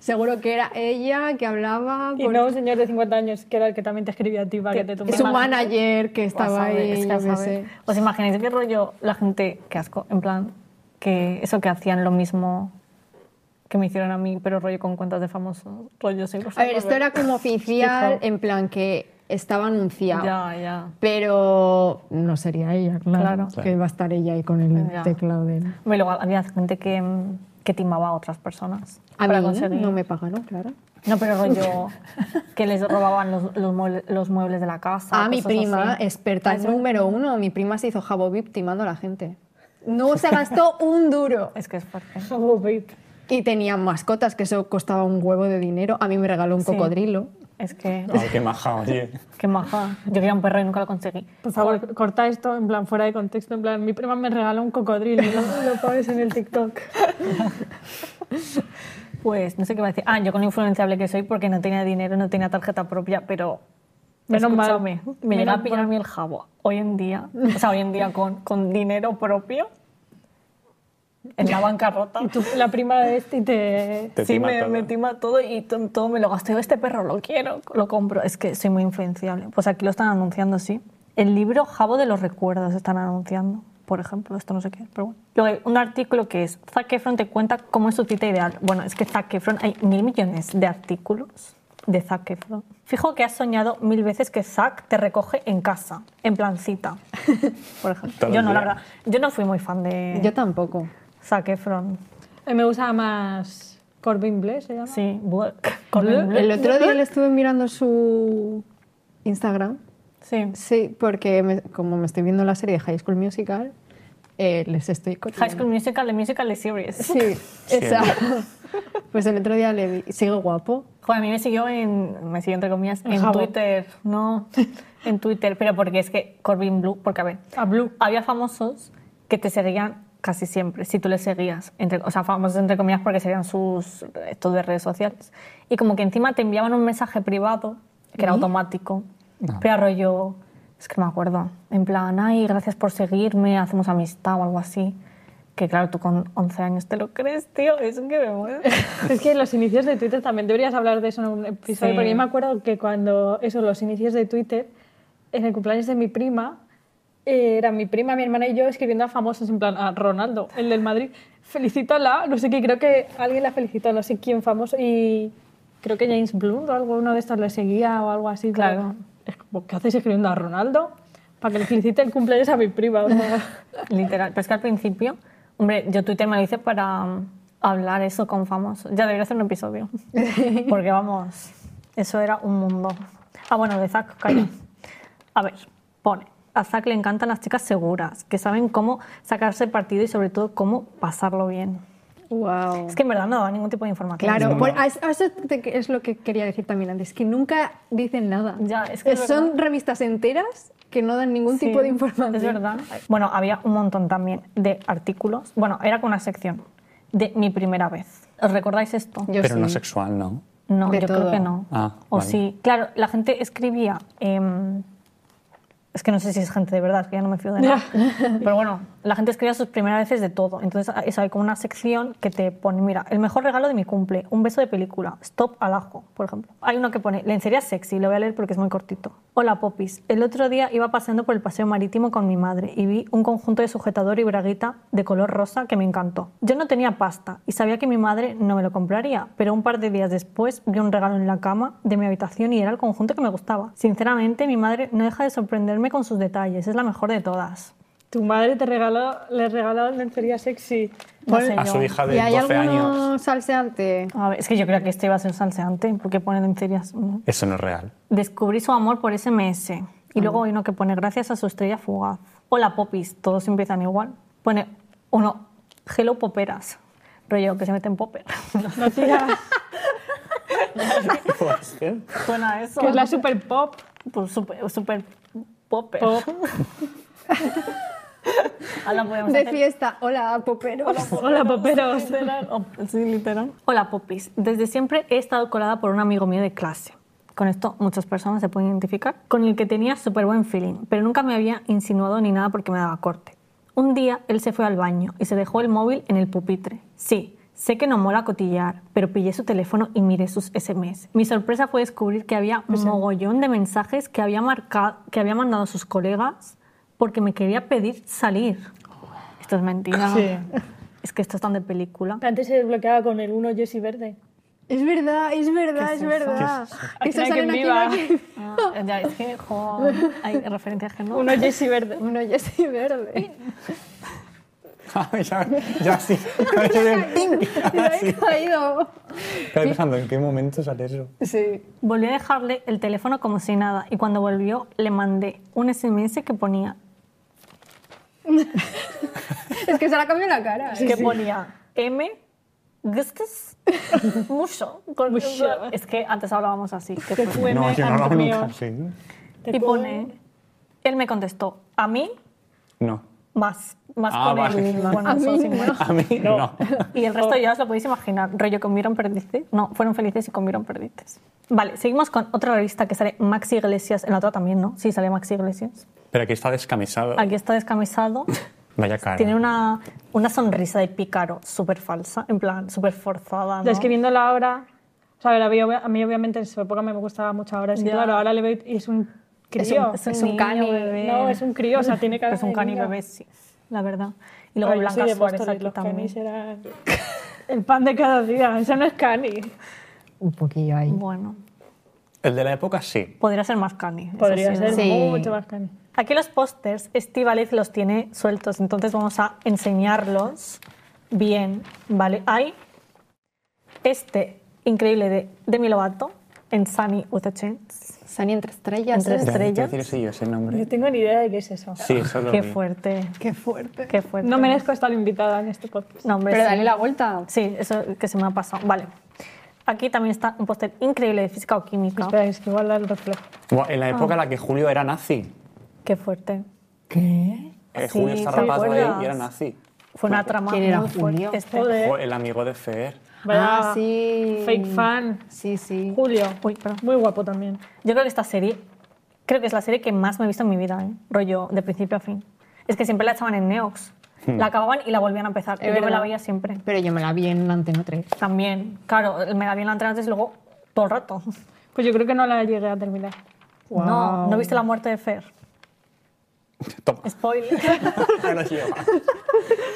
Speaker 4: Seguro que era ella que hablaba
Speaker 5: Y
Speaker 4: por-
Speaker 5: no un señor de 50 años que era el que también te escribía a ti para que te
Speaker 4: su
Speaker 5: tomara.
Speaker 4: manager que estaba
Speaker 2: A saber,
Speaker 4: ahí,
Speaker 2: es que a
Speaker 4: yo qué
Speaker 2: saber.
Speaker 4: sé.
Speaker 2: ¿Os imagináis qué rollo la gente, qué asco, en plan, que eso que hacían lo mismo que me hicieron a mí, pero rollo con cuentas de famosos, rollo seguro.
Speaker 4: A ver, esto era como oficial, en plan que estaba anunciado.
Speaker 2: Ya, ya.
Speaker 4: Pero no sería ella,
Speaker 2: Claro.
Speaker 4: claro, que va a estar ella ahí con el
Speaker 2: Ya.
Speaker 4: teclado de...
Speaker 2: Y luego había gente que, mm, que timaba a otras personas
Speaker 4: A
Speaker 2: para
Speaker 4: mí
Speaker 2: conseguir.
Speaker 4: no me pagaron, claro.
Speaker 2: No, pero rollo que les robaban los, los, mueble- los muebles de la casa.
Speaker 4: a mi
Speaker 2: cosas
Speaker 4: prima,
Speaker 2: así.
Speaker 4: experta número uno, mi prima se hizo Jabobip timando a la gente. No se gastó un duro.
Speaker 2: Es que es fuerte.
Speaker 5: Oh, babe.
Speaker 4: Y tenía mascotas, que eso costaba un huevo de dinero. A mí me regaló un
Speaker 2: Sí.
Speaker 4: cocodrilo.
Speaker 2: Es que,
Speaker 3: Ay, qué maja, oye.
Speaker 2: qué maja. Yo quería un perro y nunca lo conseguí.
Speaker 5: Por favor, corta esto en plan fuera de contexto. En plan, mi prima me regaló un cocodrilo y lo, lo pones en el TikTok.
Speaker 2: Pues no sé qué va a decir. Ah, yo con lo influenciable que soy porque no tenía dinero, no tenía tarjeta propia, pero.
Speaker 5: Menos mal.
Speaker 2: escúchame, Me llega
Speaker 5: Menos
Speaker 2: a pillar a mí el jabo. Hoy en día, o sea, hoy en día con, con dinero propio, en la bancarrota.
Speaker 5: Y tú, la prima de este, y te.
Speaker 3: Te
Speaker 2: sí,
Speaker 3: tima
Speaker 2: me,
Speaker 3: todo.
Speaker 2: me tima todo y to- todo me lo gasto. Yo, Este perro lo quiero, lo compro. Es que soy muy influenciable. Pues aquí lo están anunciando, sí. El libro Jabo de los Recuerdos están anunciando, por ejemplo. Esto no sé qué, pero bueno. Luego hay un artículo que es Zac Efron te cuenta cómo es su cita ideal. Bueno, es que Zac Efron, hay mil millones de artículos de Zac Efron. Fijo que has soñado mil veces que Zac te recoge en casa, en plan cita, por ejemplo.
Speaker 3: Todo
Speaker 2: Yo
Speaker 3: el
Speaker 2: no, la
Speaker 3: día.
Speaker 2: verdad. Yo no fui muy fan de
Speaker 4: Yo tampoco.
Speaker 2: Zac Efron.
Speaker 5: A mí Eh, me gusta más Corbin Bleu, se llama.
Speaker 2: Sí, bleh, con el-
Speaker 4: El otro día le estuve mirando su Instagram.
Speaker 2: Sí.
Speaker 4: Sí, porque me- como me estoy viendo la serie de High School Musical, eh, les estoy
Speaker 2: High
Speaker 4: copiando.
Speaker 2: School Musical, The Musical, The Series.
Speaker 4: Sí, esa. Pues el otro día le vi, sigue guapo.
Speaker 2: Joder, a mí me siguió en, me siguió entre comillas, en
Speaker 5: Jabo.
Speaker 2: Twitter, no, en Twitter, pero porque es que Corbin Blue, porque a ver,
Speaker 5: A Ah, Blue.
Speaker 2: había famosos que te seguían casi siempre, si tú les seguías, entre, o sea, famosos entre comillas porque serían sus, esto de redes sociales, y como que encima te enviaban un mensaje privado, que era automático, pero rollo, es que no me acuerdo, en plan, ay, gracias por seguirme, hacemos amistad o algo así, que claro, tú con 11 años te lo crees, tío, es que me muero.
Speaker 5: Es que los inicios de Twitter también deberías hablar de eso en un episodio,
Speaker 2: Sí.
Speaker 5: porque yo me acuerdo que cuando eso, los inicios de Twitter, en el cumpleaños de mi prima, eh, era mi prima, mi hermana y yo escribiendo a famosos, en plan, a Ronaldo, el del Madrid, felicítala, no sé qué, creo que alguien la felicitó, no sé quién famoso, y creo que James Blunt o alguno de estos le seguía o algo así. pero
Speaker 2: Claro.
Speaker 5: es como, ¿Qué haces escribiendo a Ronaldo? Para que le felicite el cumpleaños a mi prima. o sea.
Speaker 2: Literal. Pero es que al principio, hombre, yo Twitter me lo hice para mm, hablar eso con famosos. Ya debería hacer un episodio. Porque vamos, eso era un mundo. Ah, bueno, de Zac, calla. A ver, pone. A Zac le encantan las chicas seguras, que saben cómo sacarse partido y sobre todo cómo pasarlo bien.
Speaker 4: Wow.
Speaker 2: Es que en verdad no da ningún tipo de información.
Speaker 4: Claro, por- a- a eso te- que es lo que quería decir también antes, que nunca dicen nada.
Speaker 2: Ya, es que es
Speaker 4: son revistas enteras que no dan ningún tipo de información.
Speaker 2: Es verdad. Bueno, había un montón también de artículos. Bueno, era con una sección de mi primera vez. ¿Os recordáis esto?
Speaker 4: Yo
Speaker 3: Pero
Speaker 4: sí.
Speaker 3: no sexual, ¿no?
Speaker 2: No,
Speaker 4: De
Speaker 2: yo creo
Speaker 4: todo.
Speaker 2: que no.
Speaker 3: Ah,
Speaker 2: o
Speaker 3: vale.
Speaker 2: sí. Claro, la gente escribía. em, es que no sé si es gente de verdad, es que ya no me fío de nada. Pero bueno, la gente escribía sus primeras veces de todo. Entonces, a- eso, hay como una sección que te pone, mira, el mejor regalo de mi cumple, un beso de película, stop al ajo, por ejemplo. Hay uno que pone, lencería sexy, lo voy a leer porque es muy cortito. Hola, Popis. El otro día iba paseando por el paseo marítimo con mi madre y vi un conjunto de sujetador y braguita de color rosa que me encantó. Yo no tenía pasta y sabía que mi madre no me lo compraría, pero un par de días después vi un regalo en la cama de mi habitación y era el conjunto que me gustaba. Sinceramente, mi madre no deja de sorprenderme con sus detalles, es la mejor de todas.
Speaker 5: Tu madre te regaló, le regaló lencería sexy.
Speaker 2: No sé
Speaker 3: A su
Speaker 2: yo.
Speaker 3: hija de
Speaker 4: ¿Y hay
Speaker 3: 12 años.
Speaker 4: alguno salseante?
Speaker 2: A ver, es que yo creo que este iba a ser salseante, porque pone lencerías. ¿no?
Speaker 3: Eso no es real.
Speaker 2: Descubrí su amor por SMS.
Speaker 5: Ah.
Speaker 2: Y luego hay uno que pone gracias a su estrella fugaz. Hola, popis. Todos empiezan igual. Pone uno, hello, poperas. Rollo, que se meten popper.
Speaker 5: No tía,
Speaker 3: Pues, ¿eh?
Speaker 2: Suena eso.
Speaker 5: que es la super pop.
Speaker 2: Pues super, super popper.
Speaker 5: Pop.
Speaker 2: Ahora podemos
Speaker 4: De
Speaker 2: hacer-
Speaker 4: fiesta, hola, popero.
Speaker 5: Hola, poperos.
Speaker 2: Literal, o- sí, literal. Hola, popis. Desde siempre he estado colada por un amigo mío de clase. con esto muchas personas se pueden identificar, con el que tenía súper buen feeling, pero nunca me había insinuado ni nada porque me daba corte. Un día él se fue al baño y se dejó el móvil en el pupitre. Sí, sé que no mola cotillar, pero pillé su teléfono y miré sus SMS. Mi sorpresa fue descubrir que había un mogollón de mensajes que había, marcado, que había mandado sus colegas porque me quería pedir salir. Esto es mentira.
Speaker 5: Sí.
Speaker 2: Es que esto es tan de película.
Speaker 5: Antes se desbloqueaba con el 1 Jesse Verde.
Speaker 4: Es verdad, es verdad, es, verdad.
Speaker 5: ¿Qué es eso?
Speaker 4: Eso
Speaker 5: Aquí
Speaker 4: sale en
Speaker 5: no
Speaker 4: aquí,
Speaker 5: hay quien
Speaker 4: no
Speaker 5: viva.
Speaker 4: hay quien-
Speaker 2: Ah, ya, es que, jo, hay referencias que no.
Speaker 5: 1 Jesse Verde.
Speaker 4: Uno ya sí verde.
Speaker 3: ya, ya sí. Ahora sí, de- ¡ping!
Speaker 4: Te
Speaker 3: Ahora
Speaker 4: habéis
Speaker 3: sí.
Speaker 4: caído.
Speaker 3: Estaba pensando, ¿en qué momento sale eso?
Speaker 4: Sí.
Speaker 2: Volví a dejarle el teléfono como si nada y cuando volvió le mandé un SMS que ponía,
Speaker 4: Es que se le ha cambiado la cara. ¿eh?
Speaker 2: que ponía M, gustes, mucho. con-
Speaker 5: Mucho.
Speaker 2: Es que antes hablábamos así. que fue-
Speaker 5: Fue
Speaker 3: No,
Speaker 5: me-
Speaker 3: yo no hablaba
Speaker 5: Antonio.
Speaker 3: nunca así.
Speaker 2: y pone, él me contestó, a mí
Speaker 3: No.
Speaker 2: más, más
Speaker 3: Ah,
Speaker 2: con
Speaker 3: vale.
Speaker 2: el- bueno,
Speaker 4: A
Speaker 2: son
Speaker 4: mí
Speaker 2: cincuenta.
Speaker 3: A mí no.
Speaker 2: Y el resto ya os lo podéis imaginar. Rollo, comieron perdices. No, fueron felices y comieron perdices. Vale, seguimos con otra revista que sale Maxi Iglesias. En la otra también, ¿no? Sí, sale Maxi Iglesias.
Speaker 3: Pero aquí está descamisado.
Speaker 2: Aquí está descamisado.
Speaker 3: Vaya cara.
Speaker 2: Tiene una, una sonrisa de pícaro súper falsa, en plan, súper forzada. ¿no?
Speaker 5: Es que viéndola ahora, o sea, la vi- a mí obviamente en su época me gustaba mucho ahora, sí,
Speaker 2: Ya.
Speaker 5: claro, ahora le veo y es un crío.
Speaker 2: es un,
Speaker 4: es un
Speaker 2: niño,
Speaker 4: cani,
Speaker 2: bebé.
Speaker 5: No, es un crío, o sea, tiene cara
Speaker 2: Es un
Speaker 5: de
Speaker 2: cani
Speaker 5: niño.
Speaker 2: bebé, sí, la verdad. Y luego
Speaker 5: Ay, yo soy
Speaker 2: Blanca
Speaker 5: de
Speaker 2: Suárez
Speaker 5: Móstoles,
Speaker 2: aquí
Speaker 5: los
Speaker 2: también.
Speaker 5: canis eran el pan de cada día, eso no es cani.
Speaker 4: Un poquillo ahí.
Speaker 2: Bueno,
Speaker 3: El de la época sí.
Speaker 2: podría ser más cani. eso
Speaker 5: Podría
Speaker 2: sí,
Speaker 5: ser
Speaker 4: Sí.
Speaker 5: mucho más cani.
Speaker 2: Aquí los pósters, Estivaliz los tiene sueltos, entonces vamos a enseñarlos bien, ¿vale? Hay este increíble de Demi Lovato en Sunny with a Chance.
Speaker 4: Sani entre estrellas.
Speaker 2: Entre
Speaker 4: ¿eh?
Speaker 2: estrellas.
Speaker 3: Ya, te decir ese yo ese nombre.
Speaker 5: No tengo ni idea de qué es eso.
Speaker 3: Sí, eso lo
Speaker 2: Qué
Speaker 3: vi.
Speaker 2: fuerte,
Speaker 4: Qué fuerte.
Speaker 2: qué fuerte.
Speaker 5: No merezco estar invitada en este podcast.
Speaker 2: No, hombre,
Speaker 4: Pero
Speaker 2: sí.
Speaker 4: dale la vuelta.
Speaker 2: Sí, eso que se me ha pasado. Vale. Aquí también está un póster increíble de física o química.
Speaker 5: Espera, es que igual da el reflejo.
Speaker 2: Ah,
Speaker 3: Buah, en la época en la que Julio era nazi.
Speaker 2: Qué fuerte.
Speaker 4: ¿Qué?
Speaker 3: Eh,
Speaker 2: Sí,
Speaker 3: Julio
Speaker 2: ¿te
Speaker 3: Zarrapato
Speaker 2: acuerdas?
Speaker 3: ahí y era nazi.
Speaker 2: Fue una trama
Speaker 4: ¿Quién era
Speaker 2: muy
Speaker 4: Julio?
Speaker 2: fuerte. Este-
Speaker 5: Joder.
Speaker 3: Jo, el amigo de Fer.
Speaker 5: Vaya
Speaker 4: Ah, sí.
Speaker 5: Fake fan.
Speaker 4: Sí, sí.
Speaker 5: Julio.
Speaker 2: Uy, perdón.
Speaker 5: Muy guapo también.
Speaker 2: Yo creo que esta serie, creo que es la serie que más me he visto en mi vida, ¿eh? rollo de principio a fin. Es que siempre la echaban en Neox,
Speaker 3: Hmm.
Speaker 2: la acababan y la volvían a empezar.
Speaker 4: Es
Speaker 2: y yo me la
Speaker 4: verdad.
Speaker 2: veía siempre.
Speaker 4: Pero yo me la vi en Antena 3.
Speaker 2: También, claro, me la vi en la antena antes y luego todo el rato.
Speaker 5: Pues yo creo que no la llegué a terminar.
Speaker 2: No, no viste la muerte de Fer.
Speaker 3: Toma.
Speaker 2: Spoiler.
Speaker 3: Ya lo lleva.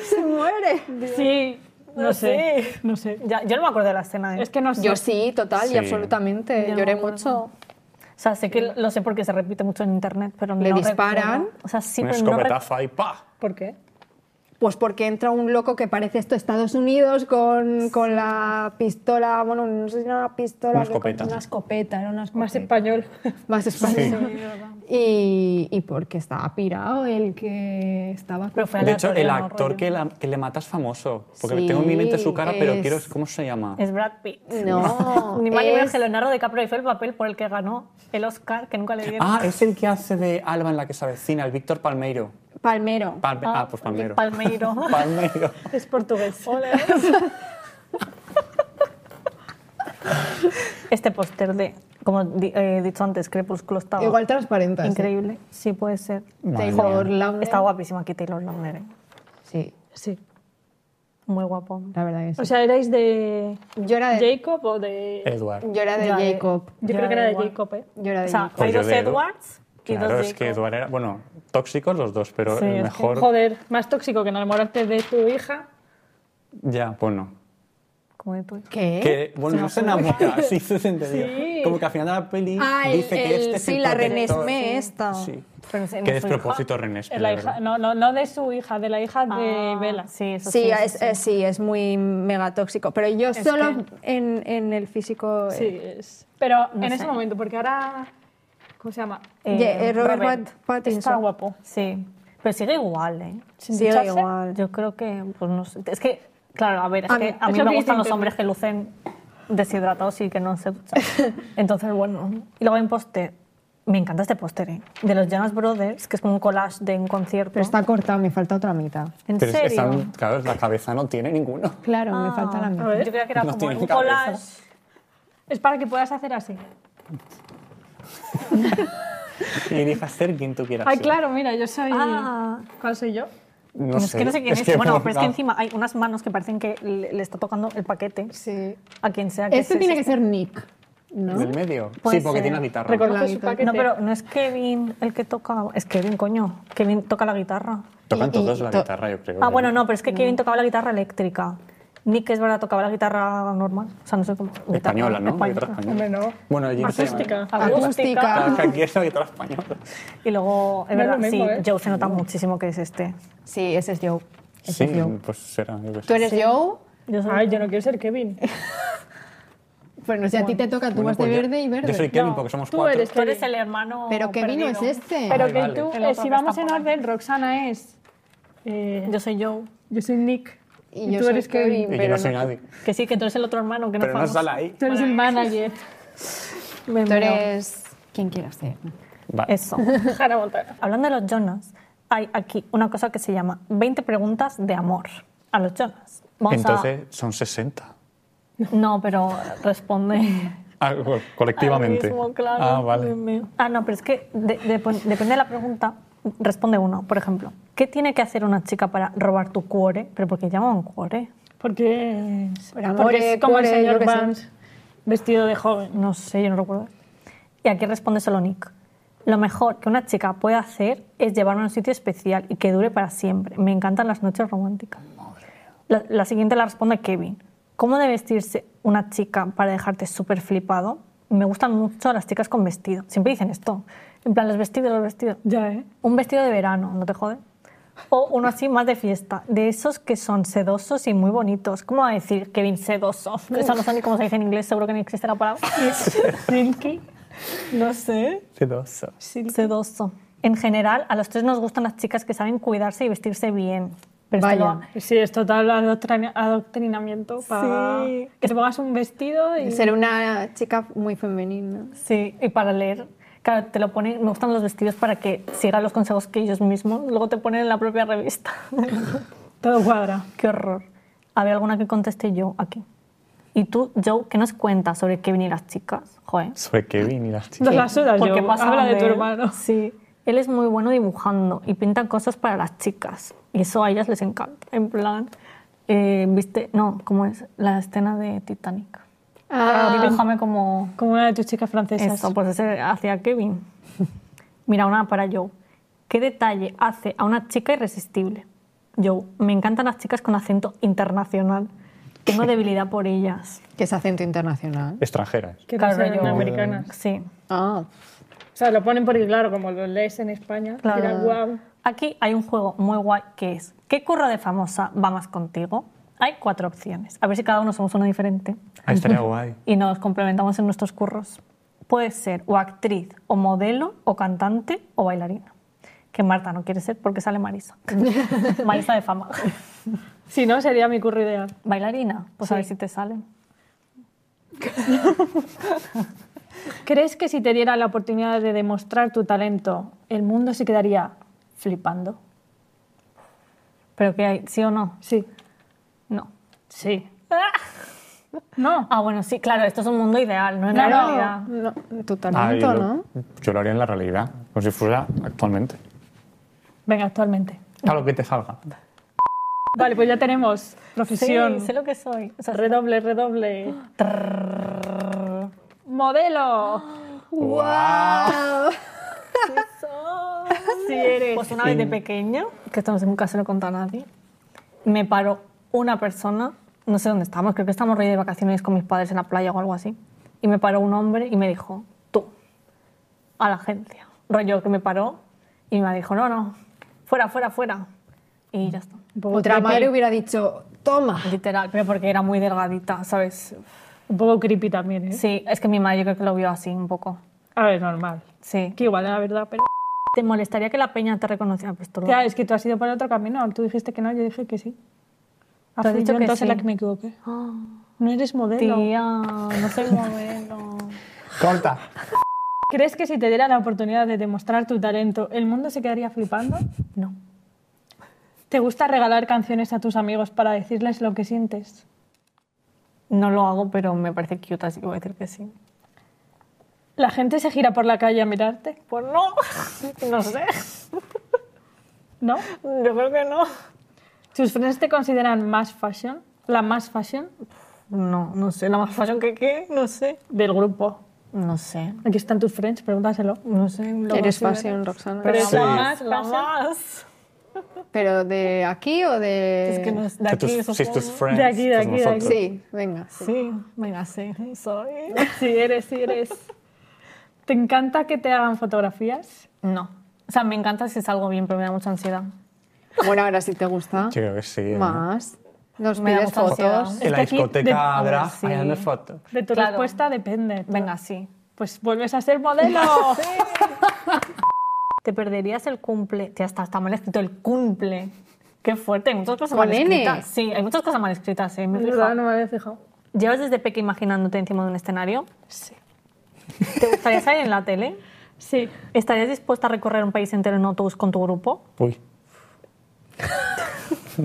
Speaker 4: ¡Se muere!
Speaker 5: Sí, no,
Speaker 2: No
Speaker 5: sé.
Speaker 2: sé.
Speaker 5: No sé.
Speaker 2: Ya, yo no me acuerdo de la escena. ¿eh?
Speaker 5: Es que no sé.
Speaker 4: Yo sí, total
Speaker 3: Sí.
Speaker 4: y absolutamente.
Speaker 2: Yo no
Speaker 4: Lloré
Speaker 2: me acuerdo.
Speaker 4: mucho.
Speaker 2: O sea, sé que lo sé porque se repite mucho en internet, pero
Speaker 4: Le
Speaker 2: no
Speaker 4: disparan.
Speaker 2: recuerdo. O sea, sí,
Speaker 3: Un
Speaker 2: pero no recuerdo.
Speaker 3: escopetazo ahí, pa.
Speaker 5: ¿Por qué?
Speaker 4: Pues porque entra un loco que parece esto Estados Unidos con, con la pistola, bueno, no sé si era una pistola.
Speaker 3: Una
Speaker 4: que-
Speaker 3: escopeta.
Speaker 4: Una escopeta, era una escopeta.
Speaker 5: Más español.
Speaker 4: Más español. Y, y porque estaba pirado el que estaba...
Speaker 2: Pero fue
Speaker 3: De hecho, el
Speaker 2: aleatorio, ¿no?
Speaker 3: actor
Speaker 2: Rollo.
Speaker 3: que, la- que le mata es famoso. Porque
Speaker 4: Sí,
Speaker 3: tengo en mi mente su cara, pero
Speaker 4: es-
Speaker 3: quiero. ¿Cómo se llama?
Speaker 2: Es Brad Pitt.
Speaker 4: No,
Speaker 2: Ni más ni menos
Speaker 4: es-
Speaker 2: que Leonardo DiCaprio y fue el papel por el que ganó el Oscar, que nunca le dieron.
Speaker 3: Ah, es el que hace de Alba en la que se avecina, el Víctor Palmeiro.
Speaker 4: Palmero.
Speaker 3: Palme- ah, pues Palmeiro.
Speaker 2: Palmeiro.
Speaker 3: Palmeiro.
Speaker 5: Es portugués.
Speaker 2: Este póster de, como di- eh, he dicho antes, Crepúsculo estaba
Speaker 4: Igual ah, transparente. así.
Speaker 2: increíble. Sí, puede ser.
Speaker 3: Madre
Speaker 4: Taylor
Speaker 3: mía.
Speaker 4: Lautner.
Speaker 2: Está guapísima aquí Taylor Lautner. eh.
Speaker 4: Sí,
Speaker 5: Sí.
Speaker 2: Muy guapo.
Speaker 4: la verdad que sí.
Speaker 5: O sea, ¿erais de
Speaker 4: yo era de,
Speaker 5: Jacob o de...?
Speaker 3: Edward.
Speaker 4: yo era de
Speaker 2: Ya, eh.
Speaker 4: Jacob.
Speaker 5: Yo
Speaker 2: Yo
Speaker 5: creo que
Speaker 2: era
Speaker 5: era de
Speaker 2: igual.
Speaker 5: Jacob, ¿eh?
Speaker 4: Yo era
Speaker 2: O
Speaker 4: de
Speaker 2: sea,
Speaker 4: Jacob.
Speaker 2: hay
Speaker 3: Pues yo
Speaker 2: dos
Speaker 3: de Edu.
Speaker 2: Edwards y
Speaker 3: Claro,
Speaker 2: dos
Speaker 3: es que
Speaker 2: Jacob.
Speaker 3: Eduard era. Bueno, tóxicos los dos, pero
Speaker 2: Sí,
Speaker 3: el
Speaker 2: es que-
Speaker 3: mejor.
Speaker 5: Joder, más tóxico que enamorarte de tu hija.
Speaker 3: Ya, bueno.
Speaker 2: Como de tu-
Speaker 4: ¿Qué?
Speaker 3: Que, bueno, no se enamora, sí, se entendió.
Speaker 5: Sí.
Speaker 3: Como que al final de la peli
Speaker 4: Ah, el-
Speaker 3: dice que
Speaker 4: el-
Speaker 3: este es
Speaker 4: sí,
Speaker 3: el
Speaker 4: la
Speaker 3: protector.
Speaker 4: Renesmee esta.
Speaker 3: Sí.
Speaker 2: Pero es- no
Speaker 3: Qué
Speaker 2: es su hija.
Speaker 3: despropósito Renesmee.
Speaker 5: Es la
Speaker 3: de
Speaker 5: hija,
Speaker 3: verdad.
Speaker 5: no, no, no de su hija, de la hija de
Speaker 2: Ah,
Speaker 5: Bella.
Speaker 2: Sí, eso
Speaker 4: Sí,
Speaker 2: sí. eso
Speaker 4: es,
Speaker 2: sí.
Speaker 4: es- sí, es muy mega tóxico. Pero yo solo en, en el físico. eh,
Speaker 5: Sí, es- Pero en ese
Speaker 2: sé.
Speaker 5: momento, porque ahora... ¿Cómo se llama?
Speaker 2: Eh,
Speaker 4: Ye- eh, Robert,
Speaker 2: Robert.
Speaker 4: Pat- Pattinson.
Speaker 5: Está guapo.
Speaker 2: Sí. Pero sigue igual, ¿eh?
Speaker 4: Sigue
Speaker 5: ducharse.
Speaker 4: igual.
Speaker 2: Yo creo que, pues no sé. Es que, claro, a ver, es
Speaker 4: A
Speaker 2: que
Speaker 4: mí-
Speaker 2: a
Speaker 5: es
Speaker 2: mí
Speaker 5: lo
Speaker 2: me
Speaker 5: que
Speaker 2: gustan
Speaker 5: dice
Speaker 2: los
Speaker 5: Internet.
Speaker 2: hombres que lucen deshidratados y que no se duchan. Entonces, bueno. Y luego hay un póster. Me encanta este póster, ¿eh? De los Jonas Brothers, que es como un collage de un concierto.
Speaker 4: Pero está cortado, me falta otra mitad.
Speaker 2: ¿En
Speaker 3: Pero es
Speaker 2: serio?
Speaker 3: que están, claro, la cabeza no tiene ninguno.
Speaker 4: Claro, me falta la
Speaker 5: Ah, a
Speaker 4: mitad.
Speaker 5: ver.
Speaker 2: Yo creía que era
Speaker 3: No
Speaker 2: como
Speaker 3: tienen
Speaker 2: un
Speaker 3: cabeza.
Speaker 2: collage.
Speaker 5: Es para que puedas hacer así.
Speaker 3: Y eliges ser quien tú quieras.
Speaker 5: Ay,
Speaker 3: ser.
Speaker 5: claro, mira, yo soy.
Speaker 2: Ah.
Speaker 5: ¿Cuál soy yo?
Speaker 3: No
Speaker 2: Pues es que no sé quién es.
Speaker 3: que
Speaker 2: bueno,
Speaker 3: por-
Speaker 2: pero es que
Speaker 3: ah,
Speaker 2: encima hay unas manos que parecen que le, le está tocando el paquete
Speaker 4: Sí.
Speaker 2: a quien sea que
Speaker 4: Este
Speaker 2: sea.
Speaker 4: tiene que ser Nick, ¿no?
Speaker 3: ¿Del medio?
Speaker 2: Puede
Speaker 3: sí, porque
Speaker 2: ser.
Speaker 3: tiene la guitarra.
Speaker 5: Reconozco
Speaker 4: la
Speaker 5: su
Speaker 4: guitarra.
Speaker 5: paquete.
Speaker 2: No, pero no es Kevin el que toca. Es Kevin, coño. Kevin toca la guitarra.
Speaker 3: Tocan
Speaker 4: Y-
Speaker 3: todos
Speaker 4: y
Speaker 3: la
Speaker 4: to-
Speaker 3: guitarra, yo creo.
Speaker 2: Ah, bueno, no, pero
Speaker 5: Mm.
Speaker 2: es que Kevin tocaba la guitarra eléctrica. Nick, es verdad, tocaba la guitarra normal. O sea, no sé cómo. guitarra
Speaker 3: Española, ¿no?
Speaker 2: ah, española.
Speaker 3: Guitarra española.
Speaker 5: Hombre, no. Ah,
Speaker 3: Bueno, allí no se llama.
Speaker 5: Acústica.
Speaker 4: Acústica.
Speaker 3: Claro, que Aquí es la guitarra española.
Speaker 2: Y luego, es
Speaker 5: No es lo
Speaker 2: verdad,
Speaker 5: mismo,
Speaker 2: sí,
Speaker 5: ¿eh?
Speaker 2: Joe se nota
Speaker 3: Mm.
Speaker 2: muchísimo que es este.
Speaker 4: Sí, ese es Joe. Ese
Speaker 3: Sí,
Speaker 4: es Joe.
Speaker 3: pues será. Yo qué sé.
Speaker 4: Tú eres Joe.
Speaker 2: Yo soy-
Speaker 5: Ay, yo no quiero ser Kevin.
Speaker 4: Bueno, si a ti te toca, tú
Speaker 3: Bueno,
Speaker 4: vas de
Speaker 3: pues yo-
Speaker 4: verde y verde.
Speaker 3: Yo soy Kevin
Speaker 5: No,
Speaker 3: porque somos
Speaker 5: tú
Speaker 3: cuatro.
Speaker 5: eres-
Speaker 2: Tú eres el hermano.
Speaker 4: Pero Kevin no es
Speaker 2: perdido.
Speaker 4: este.
Speaker 5: Pero
Speaker 3: Ay,
Speaker 5: que
Speaker 3: vale.
Speaker 5: tú,
Speaker 2: El
Speaker 5: eh,
Speaker 2: otro
Speaker 5: si
Speaker 2: que
Speaker 5: vamos
Speaker 2: está
Speaker 5: en
Speaker 2: por ahí.
Speaker 5: orden, Roxana es. eh,
Speaker 2: Yo soy Joe.
Speaker 5: yo soy Nick.
Speaker 4: Y
Speaker 5: Y,
Speaker 4: yo
Speaker 5: tú
Speaker 4: soy
Speaker 5: eres
Speaker 4: Kevin.
Speaker 5: Kevin.
Speaker 3: Y yo
Speaker 4: pero
Speaker 3: no soy
Speaker 4: no-
Speaker 3: nadie.
Speaker 2: Que sí, que tú eres el otro hermano que no
Speaker 3: Pero no
Speaker 2: podemos-
Speaker 3: sale ahí.
Speaker 5: Tú eres el manager. Me
Speaker 4: Tú eres quien quiera ser.
Speaker 3: Vale.
Speaker 2: Eso.
Speaker 5: muero. Hannah Montana.
Speaker 2: Hablando de los Jonas, hay aquí una cosa que se llama 20 preguntas de amor a los Jonas. Vamos
Speaker 3: Entonces son 60.
Speaker 2: A... No, pero responde.
Speaker 3: Ah, co- colectivamente.
Speaker 2: al mismo, claro.
Speaker 3: ah, vale.
Speaker 2: Dime. Ah, no, pero es que de- de- depende de la pregunta, responde uno. Por ejemplo, ¿qué tiene que hacer una chica para robar tu cuore? ¿Pero por qué llaman cuore?
Speaker 5: Porque,
Speaker 4: Pero
Speaker 5: porque
Speaker 4: amore,
Speaker 5: es como el
Speaker 4: cuore, yo
Speaker 5: señor
Speaker 4: qué sé.
Speaker 5: Vance vestido de joven.
Speaker 2: No sé, yo no recuerdo. Y aquí responde solo Nick. Lo mejor que una chica puede hacer es llevarme a un sitio especial y que dure para siempre. Me encantan las noches románticas. La, la siguiente la responde Kevin. ¿Cómo debe vestirse una chica para dejarte súper flipado? Me gustan mucho las chicas con vestido. Siempre dicen esto. En plan, los vestidos, los vestidos.
Speaker 5: Ya, ¿eh?
Speaker 2: Un vestido de verano, no te jode. O uno así más de fiesta, de esos que son sedosos y muy bonitos. ¿Cómo va a decir Kevin sedoso? Eso no sé ni cómo se dice en inglés, seguro que ni existe la palabra.
Speaker 5: Silky. No sé.
Speaker 3: Celoso.
Speaker 5: Silky.
Speaker 2: Sedoso. En general, a los tres nos gustan las chicas que saben cuidarse y vestirse bien. Pero esto
Speaker 4: Vaya.
Speaker 5: Sí, es total adoctrina- adoctrinamiento para
Speaker 2: Sí.
Speaker 5: que te pongas un vestido y...
Speaker 4: Ser una chica muy femenina.
Speaker 2: lo- sí, y para leer, claro, te lo ponen, me gustan los vestidos para que sigan los consejos que ellos mismos luego te ponen en la propia revista.
Speaker 5: Todo cuadra.
Speaker 2: Qué horror. Había alguna que contesté yo aquí. Y tú, Joe, ¿qué nos cuentas sobre Kevin y las chicas? Joder.
Speaker 3: Sobre Kevin y las
Speaker 5: Nos
Speaker 3: chicas.
Speaker 5: la sudas,
Speaker 2: Porque
Speaker 5: yo.
Speaker 2: pasa
Speaker 5: Habla de tu
Speaker 2: él.
Speaker 5: hermano.
Speaker 2: Sí. Él es muy bueno dibujando y pinta cosas para las chicas. Y eso a ellas les encanta. En plan, eh, ¿viste? No, ¿cómo es? La escena de Titanic.
Speaker 4: Ah,
Speaker 5: Ah.
Speaker 2: Dibújame como
Speaker 5: Como una de tus chicas francesas.
Speaker 2: eso. Pues ese hacia Kevin. Mira, una para Joe. ¿Qué detalle hace a una chica irresistible? Joe, me encantan las chicas con acento internacional. Tengo debilidad por ellas.
Speaker 4: que es acento internacional.
Speaker 3: Extranjeras.
Speaker 5: Que
Speaker 2: Claro,
Speaker 5: no sean
Speaker 2: yo-
Speaker 5: americanas.
Speaker 2: Sí.
Speaker 4: Ah,
Speaker 5: O sea, lo ponen porque, claro, como lo lees en España,
Speaker 2: Claro.
Speaker 5: dirás, guau.
Speaker 2: Aquí hay un juego muy guay que es ¿Qué curro de famosa va más contigo? Hay cuatro opciones. A ver si cada uno somos uno diferente
Speaker 3: Ah, estaría guay.
Speaker 2: y nos complementamos en nuestros curros. Puede ser o actriz, o modelo, o cantante, o bailarina. Que Marta no quiere ser porque sale Marisa. Marisa de fama.
Speaker 5: Si no, sería mi curro ideal.
Speaker 2: ¿Bailarina? Pues a ver si te sale.
Speaker 5: ¿Crees que si te diera la oportunidad de demostrar tu talento, el mundo se quedaría flipando?
Speaker 2: ¿Pero qué hay? ¿Sí o no?
Speaker 5: Sí.
Speaker 2: No.
Speaker 5: Sí. No.
Speaker 2: Ah, bueno, sí, claro, esto es un mundo ideal, no es la realidad.
Speaker 4: claro. No, tu
Speaker 3: Ah,
Speaker 4: talento,
Speaker 3: yo,
Speaker 4: ¿no?
Speaker 3: lo, yo lo haría en la realidad, como si fuera actualmente.
Speaker 5: Venga, actualmente.
Speaker 3: A lo que te salga.
Speaker 5: Vale, pues ya tenemos profesión.
Speaker 2: Sí, sé lo que soy. O sea,
Speaker 5: Redoble, redoble. Modelo.
Speaker 4: ¡Wow!
Speaker 5: Si eres.
Speaker 2: Pues una vez de pequeña, que estamos en un casero contra nadie, me paró una persona, no sé dónde estábamos, creo que estábamos rey de vacaciones con mis padres en la playa o algo así, y me paró un hombre y me dijo, tú, a la agencia. Rollo que me paró y me dijo, no, no, fuera, fuera, fuera. Y ya está.
Speaker 5: Un poco
Speaker 4: Otra
Speaker 5: creepy.
Speaker 4: madre hubiera dicho, toma.
Speaker 2: Literal, pero porque era muy delgadita, ¿sabes?
Speaker 5: Un poco creepy también, ¿eh?
Speaker 2: Sí, es que mi madre yo creo que lo vio así un poco.
Speaker 5: A ver, normal.
Speaker 2: Sí.
Speaker 5: Que igual, la verdad, pero...
Speaker 2: ¿Te molestaría que la peña te reconociera? Pues tú lo-
Speaker 5: Claro, es que tú has ido por otro camino. Tú dijiste que no, yo dije que sí.
Speaker 2: has
Speaker 5: Fui
Speaker 2: dicho
Speaker 5: yo
Speaker 2: que
Speaker 5: entonces
Speaker 2: sí.
Speaker 5: la que me equivoqué.
Speaker 2: Ah,
Speaker 5: No eres modelo.
Speaker 2: tía, no soy modelo.
Speaker 3: Corta.
Speaker 5: ¿Crees que si te diera la oportunidad de demostrar tu talento, el mundo se quedaría flipando?
Speaker 2: No.
Speaker 5: ¿Te gusta regalar canciones a tus amigos para decirles lo que sientes?
Speaker 2: No lo hago, pero me parece cute, así que voy a decir que sí.
Speaker 5: La gente se gira por la calle a mirarte.
Speaker 2: Pues no,
Speaker 5: No sé. ¿No?
Speaker 2: yo creo que no.
Speaker 5: ¿Tus friends te consideran más fashion? ¿La más fashion
Speaker 2: No, no sé, la más fashion que qué, no sé.
Speaker 5: del grupo?
Speaker 2: No sé,
Speaker 5: Aquí están tus friends, pregúntaselo.
Speaker 2: no sé. lo
Speaker 4: Eres
Speaker 2: considero-
Speaker 4: fashion, Roxana.
Speaker 5: Pero
Speaker 4: Pero,
Speaker 5: la
Speaker 3: Sí.
Speaker 5: más,
Speaker 2: La
Speaker 5: la más.
Speaker 2: más.
Speaker 4: de aquí o de...?
Speaker 2: Es que no es de
Speaker 3: Que tus-
Speaker 2: aquí, eso
Speaker 3: si es tus
Speaker 2: supongo.
Speaker 3: friends,
Speaker 5: De aquí, de
Speaker 3: pues
Speaker 5: aquí, de aquí.
Speaker 3: nosotros.
Speaker 4: Sí, venga. sí.
Speaker 2: Sí, venga, sí, sorry.
Speaker 5: Sí eres, sí eres. ¿Te encanta que te hagan fotografías?
Speaker 2: No. O sea, me encanta si salgo bien, pero me da mucha ansiedad.
Speaker 4: Bueno, ahora sí te gusta.
Speaker 3: Yo creo que sí. ¿eh?
Speaker 4: Más. Nos
Speaker 2: Me da
Speaker 4: pides
Speaker 2: mucha ansiedad.
Speaker 4: fotos.
Speaker 3: En la
Speaker 5: que aquí
Speaker 3: discoteca
Speaker 5: de-
Speaker 3: habrá
Speaker 2: Hombre, sí.
Speaker 3: hay una foto.
Speaker 5: De tu
Speaker 2: Claro.
Speaker 5: respuesta depende.
Speaker 2: Venga, sí.
Speaker 5: Pues vuelves a ser modelo.
Speaker 2: Te perderías el cumple. Tía, está, está mal escrito el cumple. Qué fuerte, hay muchas cosas
Speaker 4: Con
Speaker 2: mal
Speaker 4: N.
Speaker 2: escritas. Sí, hay muchas cosas mal escritas, sí, me he
Speaker 5: Es
Speaker 2: fijado.
Speaker 5: verdad, no me había fijado.
Speaker 2: ¿Llevas desde peque imaginándote encima de un escenario?
Speaker 5: Sí.
Speaker 2: ¿Te gustaría salir en la tele?
Speaker 5: Sí.
Speaker 2: ¿Estarías dispuesta a recorrer un país entero en autobús con tu grupo?
Speaker 3: Uy.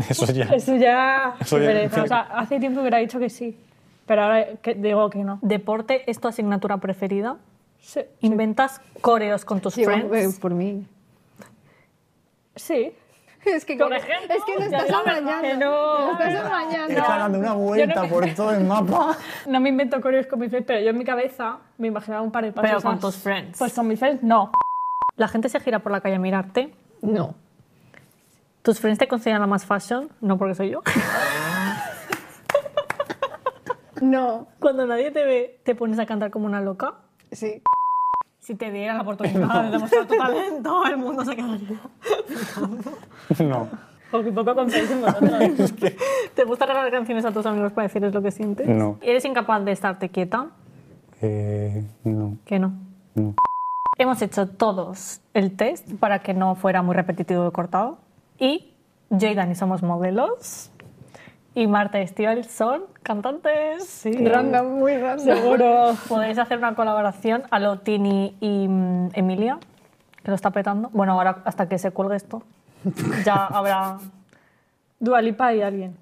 Speaker 3: Eso ya.
Speaker 5: Eso ya.
Speaker 3: Eso
Speaker 5: qué
Speaker 3: ya-
Speaker 5: pereza. O sea, hace tiempo que hubiera dicho que sí. Pero ahora que- digo que no.
Speaker 2: ¿Deporte es tu asignatura preferida?
Speaker 5: Sí.
Speaker 2: ¿Inventas coreos con tus
Speaker 4: Sí, vamos, eh,
Speaker 2: friends?
Speaker 4: por mí.
Speaker 5: Sí.
Speaker 4: Es que,
Speaker 5: Por
Speaker 4: como-
Speaker 5: ejemplo,
Speaker 4: es que no
Speaker 5: ya
Speaker 4: estás
Speaker 5: digo, ¿verdad?
Speaker 2: Ah,
Speaker 5: Que
Speaker 4: amañando.
Speaker 5: no.
Speaker 4: No estás amañando.
Speaker 5: No.
Speaker 3: Está dando una
Speaker 5: Yo
Speaker 3: vuelta
Speaker 5: no-
Speaker 3: por todo el mapa.
Speaker 5: No me invento coreos con mis friends, pero yo en mi cabeza me imaginaba un par de pasos.
Speaker 2: Pero con
Speaker 5: más.
Speaker 2: tus friends.
Speaker 5: Pues con mis friends, no.
Speaker 2: ¿La gente se gira por la calle a mirarte?
Speaker 4: No.
Speaker 2: ¿Tus friends te consideran la más fashion? No, porque soy yo.
Speaker 4: No.
Speaker 2: Cuando nadie te ve, ¿te pones a cantar como una loca?
Speaker 4: Sí.
Speaker 2: Si te dieran la oportunidad de demostrar tu talento, el mundo se quedaría.
Speaker 3: No.
Speaker 5: Porque poco confiáis en vosotros.
Speaker 2: ¿Te gusta regalar canciones a tus amigos para decirles lo que sientes?
Speaker 3: No.
Speaker 2: ¿Eres incapaz de estarte quieta?
Speaker 3: Eh, no.
Speaker 2: Que no.
Speaker 3: No.
Speaker 2: Hemos hecho todos el test para que no fuera muy repetitivo y cortado. Y yo y Dani somos modelos. Y Marta y Estival son cantantes. Sí.
Speaker 4: Random, muy random.
Speaker 5: Seguro.
Speaker 2: Podéis hacer una colaboración
Speaker 5: eh.
Speaker 2: a lo Tini y mm, Emilia, que lo está petando. Bueno, ahora hasta que se cuelgue esto, ya habrá.
Speaker 5: Dualipa y alguien.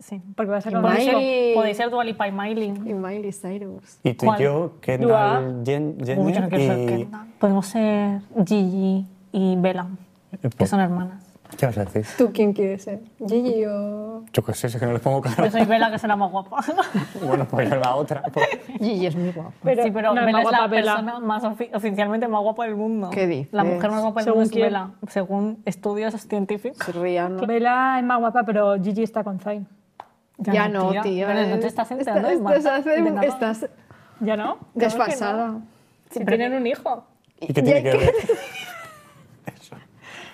Speaker 2: Sí.
Speaker 5: Porque vas a
Speaker 4: Y
Speaker 5: conocer.
Speaker 2: Podéis ser,
Speaker 4: Miley.
Speaker 2: podéis ser Dua Lipa y Miley.
Speaker 4: Y Miley Cyrus.
Speaker 3: Y tú
Speaker 2: ¿Cuál?
Speaker 3: y yo, Kendall, Jen,
Speaker 2: Uy, yo no
Speaker 3: Jenner
Speaker 2: quiero ser
Speaker 3: y...
Speaker 2: Kendall. Podemos ser Gigi y Bella,
Speaker 3: Eh,
Speaker 2: que
Speaker 3: pues,
Speaker 2: son hermanas.
Speaker 3: ¿Qué vas a decir?
Speaker 4: ¿Tú quién quieres ser? Gigi o...
Speaker 3: Yo qué sé, si es que no les pongo
Speaker 2: Yo
Speaker 3: cara.
Speaker 2: soy Bella, que será más guapa.
Speaker 3: bueno, pues yo la otra. pues.
Speaker 4: Gigi es muy guapa.
Speaker 5: Pero,
Speaker 2: sí, pero
Speaker 5: no,
Speaker 2: Bella es
Speaker 5: más
Speaker 2: la
Speaker 5: guapa, Bella.
Speaker 2: persona más ofi- oficialmente más guapa del mundo.
Speaker 4: ¿Qué dices?
Speaker 2: La mujer más guapa del mundo
Speaker 5: ¿Según
Speaker 2: es
Speaker 5: quién?
Speaker 2: Bella, según estudios científicos.
Speaker 4: Rihanna.
Speaker 5: Bella es más guapa, pero Gigi está con Zayn.
Speaker 4: Ya, no, tío.
Speaker 2: Pero no te estás
Speaker 4: Está-
Speaker 2: enterando.
Speaker 4: Estás,
Speaker 2: Marta,
Speaker 4: hace-
Speaker 2: de nada.
Speaker 4: estás
Speaker 5: ¿Ya no?
Speaker 4: desfasada.
Speaker 5: Si tienen un hijo.
Speaker 3: ¿Y qué tiene
Speaker 4: Ya,
Speaker 3: que
Speaker 4: ¿qué?
Speaker 3: ver?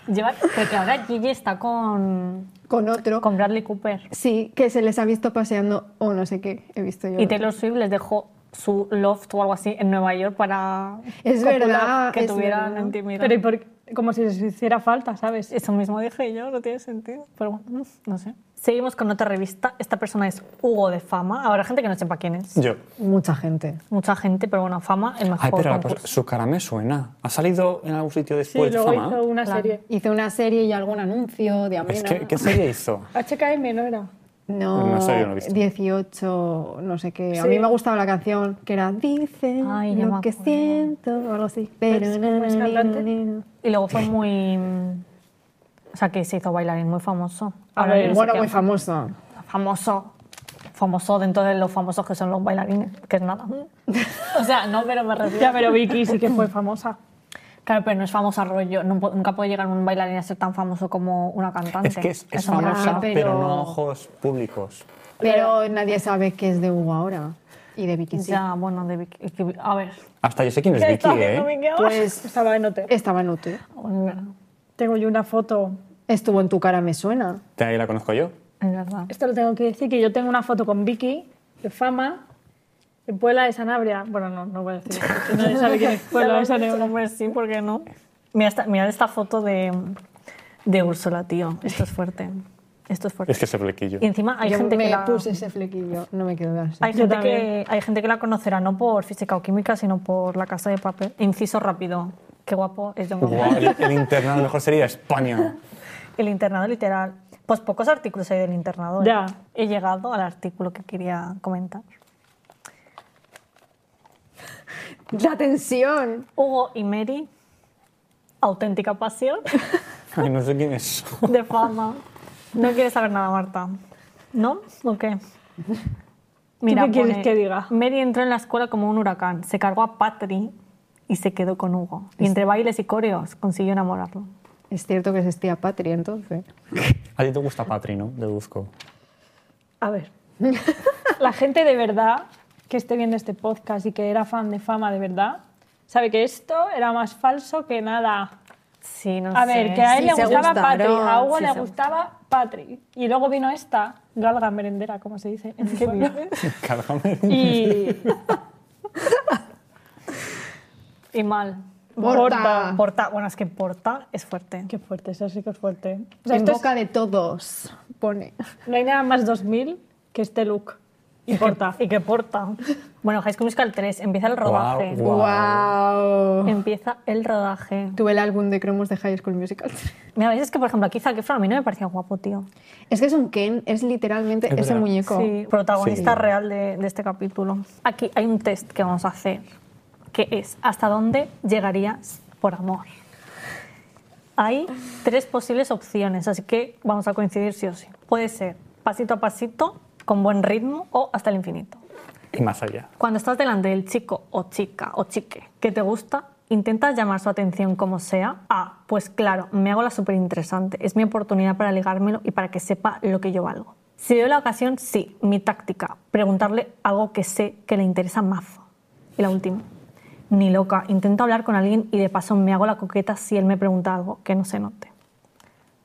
Speaker 2: Lleva, porque ahora Gigi está con,
Speaker 4: Con otro.
Speaker 2: con Bradley Cooper.
Speaker 4: Sí, que se les ha visto paseando o no sé qué. He visto yo.
Speaker 2: Y Taylor Swift les dejó su loft o algo así en Nueva York para
Speaker 4: Es
Speaker 2: copular,
Speaker 4: verdad,
Speaker 2: que
Speaker 4: es
Speaker 2: tuvieran
Speaker 4: verdad.
Speaker 2: intimidad.
Speaker 5: Pero ¿y por qué? como si les hiciera falta, ¿sabes?
Speaker 2: Eso mismo dije yo, no tiene sentido. Pero bueno, mm, no sé. Seguimos con otra revista. Esta persona es Hugo de Fama. Habrá gente que no sepa quién es.
Speaker 3: Yo.
Speaker 4: Mucha gente.
Speaker 2: Mucha gente, pero bueno, Fama, el mejor
Speaker 3: Ay, pero pues, la
Speaker 2: concurso.
Speaker 3: cosa- su cara me suena. ¿Ha salido en algún sitio
Speaker 5: Sí,
Speaker 3: después de
Speaker 5: luego
Speaker 3: Pues fama?
Speaker 5: hizo una
Speaker 2: Claro.
Speaker 5: serie.
Speaker 4: Hizo una serie y algún anuncio de Amina.
Speaker 3: Es que, ¿Qué serie hizo?
Speaker 5: HKM no era.
Speaker 4: No,
Speaker 3: Una serie no he visto.
Speaker 4: 18, no sé qué. A
Speaker 5: Sí.
Speaker 4: mí me gustaba la canción que era Dice
Speaker 2: Ay, ya me
Speaker 4: lo que
Speaker 2: acuerdo.
Speaker 4: siento o algo así. Pero
Speaker 5: ¿Ves?
Speaker 4: na,
Speaker 5: ¿Cómo es
Speaker 4: na, na,
Speaker 5: cantante?
Speaker 4: na, na.
Speaker 2: Y luego fue muy... mm, O sea, que se hizo bailarín muy famoso.
Speaker 5: A ver,
Speaker 2: Ah, no sé
Speaker 4: Bueno,
Speaker 2: qué
Speaker 4: muy
Speaker 2: hace.
Speaker 4: famoso.
Speaker 2: famoso, famoso dentro de los famosos que son los bailarines, que es nada. O sea, no, pero me refiero.
Speaker 5: Ya, pero Vicky sí que fue famosa.
Speaker 2: Claro, pero no es famosa rollo. no po- nunca puede llegar un bailarín a ser tan famoso como una cantante.
Speaker 3: Es que es, es
Speaker 2: Eso me
Speaker 3: famosa,
Speaker 4: Ah,
Speaker 2: refiero.
Speaker 3: pero...
Speaker 4: pero-
Speaker 3: no a ojos públicos.
Speaker 4: Pero nadie sabe qué es de Hugo ahora. Y de Vicky sí.
Speaker 2: Ya, bueno, de Vicky- es que- A ver.
Speaker 3: Hasta yo sé quién es
Speaker 5: ¿Qué
Speaker 3: Vicky,
Speaker 5: estaba haciendo
Speaker 3: ¿eh?
Speaker 5: Vicky ahora?
Speaker 4: Pues-
Speaker 5: Estaba en OT.
Speaker 4: Estaba en UT.
Speaker 2: bueno,
Speaker 5: Tengo yo una foto.
Speaker 4: Estuvo en tu cara, me suena.
Speaker 3: De ahí la conozco yo.
Speaker 5: Pues
Speaker 2: Es verdad.
Speaker 5: Esto lo tengo que decir, que yo tengo una foto con Vicky, de fama, en Puebla de Sanabria. Bueno, no, no voy a decir. porque Nadie sabe quién es Puebla de Sanabria.
Speaker 2: Hombre, pues, sí, ¿por qué no? Mira esta, mirad esta foto de, de Úrsula, tío. Esto es fuerte. Esto es fuerte.
Speaker 3: Es que ese flequillo.
Speaker 2: Y encima hay
Speaker 4: Yo
Speaker 2: gente
Speaker 4: me
Speaker 2: que la...
Speaker 4: puse ese flequillo, no me quedo así.
Speaker 2: Hay
Speaker 5: Yo
Speaker 2: gente, que,
Speaker 5: también.
Speaker 2: hay gente que la conocerá no por física o química, sino por la casa de papel. Inciso rápido. Qué guapo es John
Speaker 3: Guau,
Speaker 2: Goodman.
Speaker 3: el, el internado mejor sería España.
Speaker 2: El internado literal. Pues pocos artículos hay del internado. ¿eh?
Speaker 5: Ya.
Speaker 2: He llegado al artículo que quería comentar.
Speaker 4: La tensión.
Speaker 2: Hugo y Mary, auténtica pasión
Speaker 3: Ay, no sé quién es.
Speaker 2: de fama. No quieres saber nada, Marta. ¿No? ¿O qué?
Speaker 5: qué quieres que diga?
Speaker 2: Mary entró en la escuela como un huracán, se cargó a Patri y se quedó con Hugo. Y entre bailes y coreos consiguió enamorarlo.
Speaker 4: Es cierto que es tía patria, entonces.
Speaker 3: A ti te gusta Patri, ¿no? Deduzco.
Speaker 5: A ver, la gente de verdad que esté viendo este podcast y que era fan de fama de verdad, sabe que esto era más falso que nada.
Speaker 2: Sí, no
Speaker 5: A ver, que a él
Speaker 1: Sí
Speaker 5: le
Speaker 1: se
Speaker 5: gustaba
Speaker 1: gustaron,
Speaker 5: Patrick, a Hugo
Speaker 1: sí
Speaker 5: le
Speaker 1: se
Speaker 5: gustaba Patrick. Y luego vino esta, galga merendera, como se dice. en mi pueblo.
Speaker 3: Cálgame.
Speaker 5: Y
Speaker 2: Y mal.
Speaker 4: Porta.
Speaker 2: Porta, bueno, es que porta es fuerte.
Speaker 5: qué fuerte, eso sí que es fuerte. O sea,
Speaker 4: En
Speaker 5: esto es-
Speaker 4: boca de todos, pone.
Speaker 5: no hay nada más 2000 que este look. Y porta.
Speaker 2: Y que porta. Bueno, High School Musical 3, empieza el rodaje.
Speaker 3: Guau.
Speaker 4: Wow.
Speaker 2: Empieza el rodaje.
Speaker 4: Tuve el álbum de cromos de High School Musical.
Speaker 2: Mira, veces que, por ejemplo, aquí Zac Efron a mí no me parecía guapo, tío.
Speaker 4: Es que es un Ken, es literalmente
Speaker 3: Es
Speaker 4: ese
Speaker 3: verdad.
Speaker 4: muñeco.
Speaker 2: Sí, protagonista
Speaker 3: Sí.
Speaker 2: real de, de este capítulo. Aquí hay un test que vamos a hacer, que es ¿hasta dónde llegarías por amor? Hay tres posibles opciones, así que vamos a coincidir sí o sí. Puede ser pasito a pasito, con buen ritmo o hasta el infinito.
Speaker 3: Y más allá.
Speaker 2: Cuando estás delante del chico o chica o chique que te gusta, intentas llamar su atención como sea. Ah, pues claro, me hago la súper interesante. Es mi oportunidad para ligármelo y para que sepa lo que yo valgo. Si veo la ocasión, sí, mi táctica, preguntarle algo que sé que le interesa más. Y la última, ni loca, intento hablar con alguien y de paso me hago la coqueta si él me pregunta algo que no se note.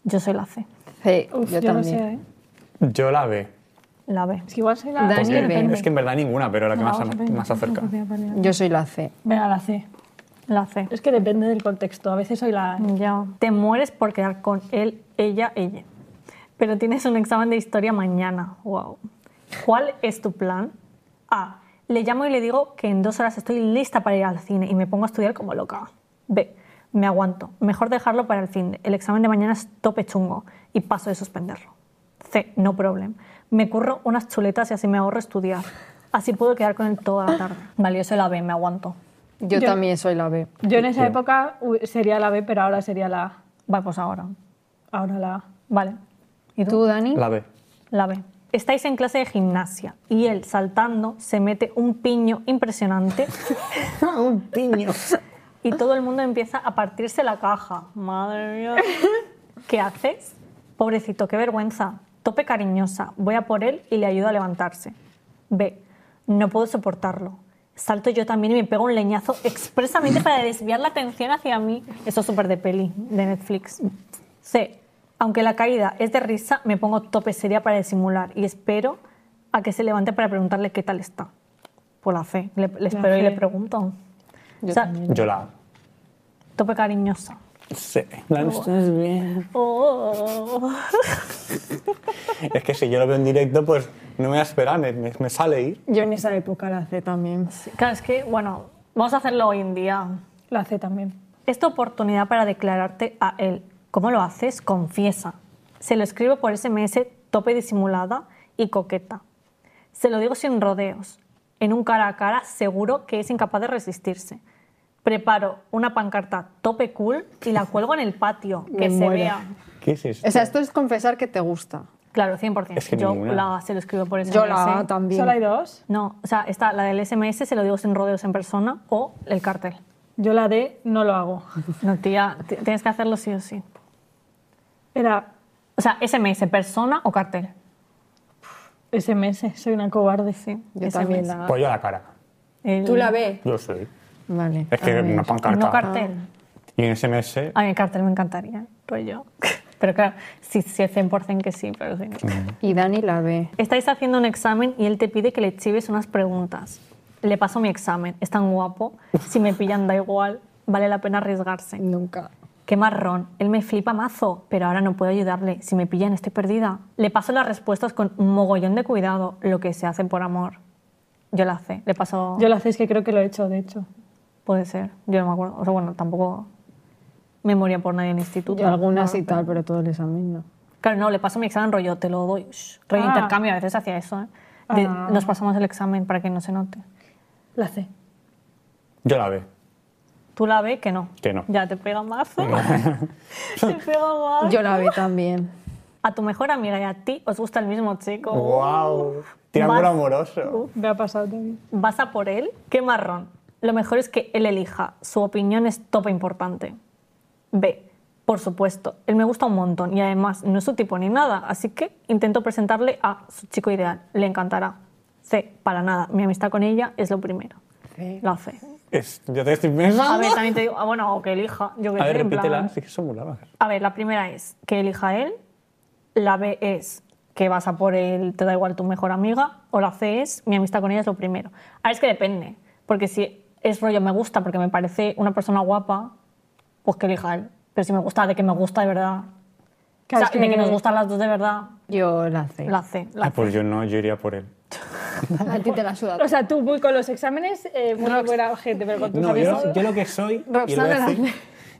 Speaker 2: Yo soy la C,
Speaker 4: Sí,
Speaker 5: Uf,
Speaker 4: yo,
Speaker 5: yo no
Speaker 4: también.
Speaker 5: sé, ¿eh?
Speaker 3: Yo la B.
Speaker 2: la B.
Speaker 5: Es que igual soy la...
Speaker 4: Dani
Speaker 5: es
Speaker 4: B.
Speaker 5: que depende.
Speaker 4: Depende.
Speaker 3: Es que en verdad ninguna, pero la que más,
Speaker 5: Vamos a ver.
Speaker 3: más acerca.
Speaker 4: yo soy la C.
Speaker 5: Venga, la C.
Speaker 2: La C.
Speaker 5: Es que depende del contexto. A veces soy la...
Speaker 2: Ya. Te mueres por quedar con él, ella, ella. Pero tienes un examen de historia mañana. Wow. ¿Cuál es tu plan? A. Le llamo y le digo que en dos horas estoy lista para ir al cine y me pongo a estudiar como loca. B. Me aguanto. Mejor dejarlo para el fin. de- El examen de mañana es tope chungo y paso de suspenderlo. C. No problem. Me curro unas chuletas y así me ahorro estudiar. Así puedo quedar con él toda la tarde. Valioso la B, me aguanto.
Speaker 4: Yo,
Speaker 5: Yo-
Speaker 4: también soy la B.
Speaker 5: Yo en esa
Speaker 3: Yo.
Speaker 5: época u- sería la B, pero ahora sería la A.
Speaker 2: Va, pues ahora.
Speaker 5: Ahora la A.
Speaker 2: Vale.
Speaker 4: ¿Y tú, Dani?
Speaker 3: La B.
Speaker 2: La B. Estáis en clase de gimnasia y él saltando se mete un piño impresionante
Speaker 3: Un piño.
Speaker 2: y todo el mundo empieza a partirse la caja. Madre mía. ¿Qué haces? Pobrecito, qué vergüenza. Tope cariñosa. Voy a por él y le ayudo a levantarse. B. No puedo soportarlo. Salto yo también y me pego un leñazo expresamente para desviar la atención hacia mí. Eso es súper de peli, de Netflix. C. Aunque la caída es de risa, me pongo tope seria para disimular y espero a que se levante para preguntarle qué tal está. Por la fe. Le, le espero y
Speaker 5: fe.
Speaker 2: le pregunto.
Speaker 4: Yo
Speaker 2: O sea,
Speaker 3: Yo la A.
Speaker 2: Tope cariñosa.
Speaker 3: Sí. La estás bien.
Speaker 4: Oh.
Speaker 3: Es que si yo lo veo en directo, pues no me voy a esperar, me, me- me sale ir.
Speaker 4: Yo en esa época la C también.
Speaker 2: Claro, es que, bueno, vamos a hacerlo hoy en día.
Speaker 5: La C también.
Speaker 2: Es tu oportunidad para declararte a él. ¿Cómo lo haces? Confiesa. Se lo escribo por SMS tope disimulada y coqueta. Se lo digo sin rodeos. En un cara a cara seguro que es incapaz de resistirse. Preparo una pancarta tope cool y la cuelgo en el patio, que
Speaker 4: Me
Speaker 2: se
Speaker 4: muero.
Speaker 2: vea.
Speaker 3: ¿Qué es esto?
Speaker 4: O sea, esto es confesar que te gusta.
Speaker 2: Claro, 100%.
Speaker 3: Es que
Speaker 2: Yo
Speaker 3: ninguna.
Speaker 2: la se lo escribo por SMS.
Speaker 4: Yo la A también.
Speaker 5: ¿Solo hay dos?
Speaker 2: No, o sea, está la del SMS, se lo digo sin rodeos en persona, o el cartel.
Speaker 5: Yo la D no lo hago.
Speaker 2: No, tía, t- tienes que hacerlo sí o sí.
Speaker 5: Era
Speaker 2: O sea, SMS, persona o cartel.
Speaker 5: SMS, soy una cobarde. Sí.
Speaker 4: Yo
Speaker 2: SMS.
Speaker 4: también la A.
Speaker 3: Pues yo la cara.
Speaker 2: El-
Speaker 1: B.
Speaker 3: Yo soy.
Speaker 4: Vale.
Speaker 3: Es que
Speaker 2: Ah,
Speaker 4: a ver.
Speaker 3: una pancarta.
Speaker 2: No cartel.
Speaker 3: Y en SMS.
Speaker 5: Ah.
Speaker 2: A mí el cartel me encantaría, rollo. Pero claro, sí, sí, 100% que sí, pero sí. no.
Speaker 4: Y Dani la B.
Speaker 2: Estáis haciendo un examen y él te pide que le chives unas preguntas. Le paso mi examen, es tan guapo. Si me pillan, da igual. Vale la pena arriesgarse.
Speaker 4: Nunca.
Speaker 2: Qué marrón, él me flipa mazo, pero ahora no puedo ayudarle. Si me pillan, estoy perdida. Le paso las respuestas con un mogollón de cuidado, lo que se hace por amor. Yo la sé, le paso.
Speaker 5: Yo la C es que creo que lo he hecho, de hecho.
Speaker 2: Puede ser, yo no me acuerdo. O sea, bueno, tampoco me moría por nadie en el instituto.
Speaker 4: Yo algunas
Speaker 2: No.
Speaker 4: y tal, pero todo el examen no.
Speaker 2: Claro, no, le paso mi examen rollo, te lo doy. Shh. Rollo
Speaker 5: Ah.
Speaker 2: intercambio, a veces hacía eso, ¿eh? De-
Speaker 5: Ah.
Speaker 2: Nos pasamos el examen para que no se note.
Speaker 5: La C.
Speaker 3: Yo la ve.
Speaker 2: Tú la ves que no.
Speaker 3: Que no.
Speaker 2: Ya te pega más. te pega más.
Speaker 4: Yo la vi también.
Speaker 2: A tu mejor amiga y a ti os gusta el mismo chico.
Speaker 3: ¡Wow! Triángulo
Speaker 2: Vas-
Speaker 3: amoroso.
Speaker 5: Me ha pasado también.
Speaker 2: ¿Vas a por él? ¡Qué marrón! Lo mejor es que él elija. Su opinión es tope importante. B. Por supuesto, él me gusta un montón y además no es su tipo ni nada, así que intento presentarle a su chico ideal. Le encantará. C. Para nada. Mi amistad con ella es lo primero. La C.
Speaker 3: Es- yo te estoy pensando.
Speaker 2: A ver, también te digo, ah, bueno, o que elija. Yo que
Speaker 3: A
Speaker 2: sé,
Speaker 3: ver,
Speaker 2: en plan-
Speaker 3: repítela. Sí que son muy largas.
Speaker 2: A ver, la primera es que elija él. La B es que vas a por él, te da igual tu mejor amiga. O la C es mi amistad con ella es lo primero. A ver, es que depende. Porque si es rollo me gusta porque me parece una persona guapa, pues que elija él. Pero si me gusta de que me gusta de verdad.
Speaker 5: Claro,
Speaker 2: o sea,
Speaker 5: es que-
Speaker 2: de que nos gustan las dos de verdad,
Speaker 4: Yo la C.
Speaker 2: la C. La
Speaker 3: Ah, pues yo no, yo iría por él.
Speaker 4: A ti te la suda.
Speaker 5: O sea, tú muy con los exámenes, eh, muy buena gente, pero con tus
Speaker 3: No,
Speaker 5: amigos.
Speaker 3: yo, yo lo que soy. y lo voy a
Speaker 4: Roxana
Speaker 3: decir,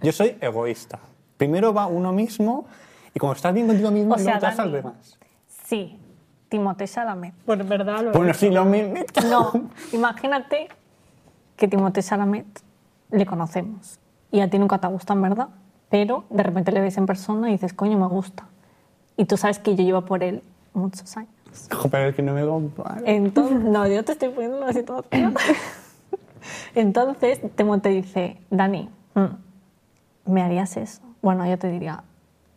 Speaker 3: yo soy egoísta. Primero va uno mismo y como estás bien contigo mismo,
Speaker 2: O sea,
Speaker 3: luego te das a los
Speaker 2: Dani.
Speaker 3: demás.
Speaker 2: Sí, Timothée Chalamet.
Speaker 5: Por verdad, lo
Speaker 3: Bueno, sí, lo mismo.
Speaker 2: No, imagínate que Timothée Chalamet le conocemos y a ti nunca te gusta, en verdad, pero de repente le ves en persona y dices, coño, me gusta. Y tú sabes que yo llevo por él muchos años.
Speaker 3: Jo, Pero es que no me comparo.
Speaker 2: ¿Eh? Entonces, no, yo te estoy poniendo así todo. Entonces, Timothée dice, Dani, mm, ¿me harías eso? Bueno, yo te diría,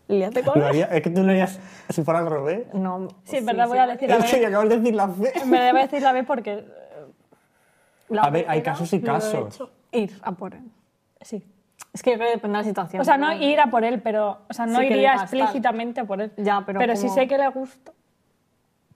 Speaker 2: líate con
Speaker 3: Lo haría- es que tú lo harías si fuera al revés.
Speaker 2: No,
Speaker 5: Sí, en verdad voy a decir la
Speaker 3: Es que
Speaker 5: B.
Speaker 3: acabas de decir la fe.
Speaker 5: Me debe decir la B porque eh,
Speaker 2: la
Speaker 3: A ver, hay casos y
Speaker 5: lo he
Speaker 3: casos.
Speaker 5: hecho.
Speaker 2: ir a por él.
Speaker 5: Sí.
Speaker 2: Es que yo creo que depende de la situación.
Speaker 5: O sea, no ir a por él, pero. O sea, no
Speaker 2: Sí, que le
Speaker 5: iría
Speaker 2: va a estar.
Speaker 5: explícitamente a por él.
Speaker 2: Ya, pero
Speaker 5: Pero
Speaker 2: como-
Speaker 5: si sé que le gusta.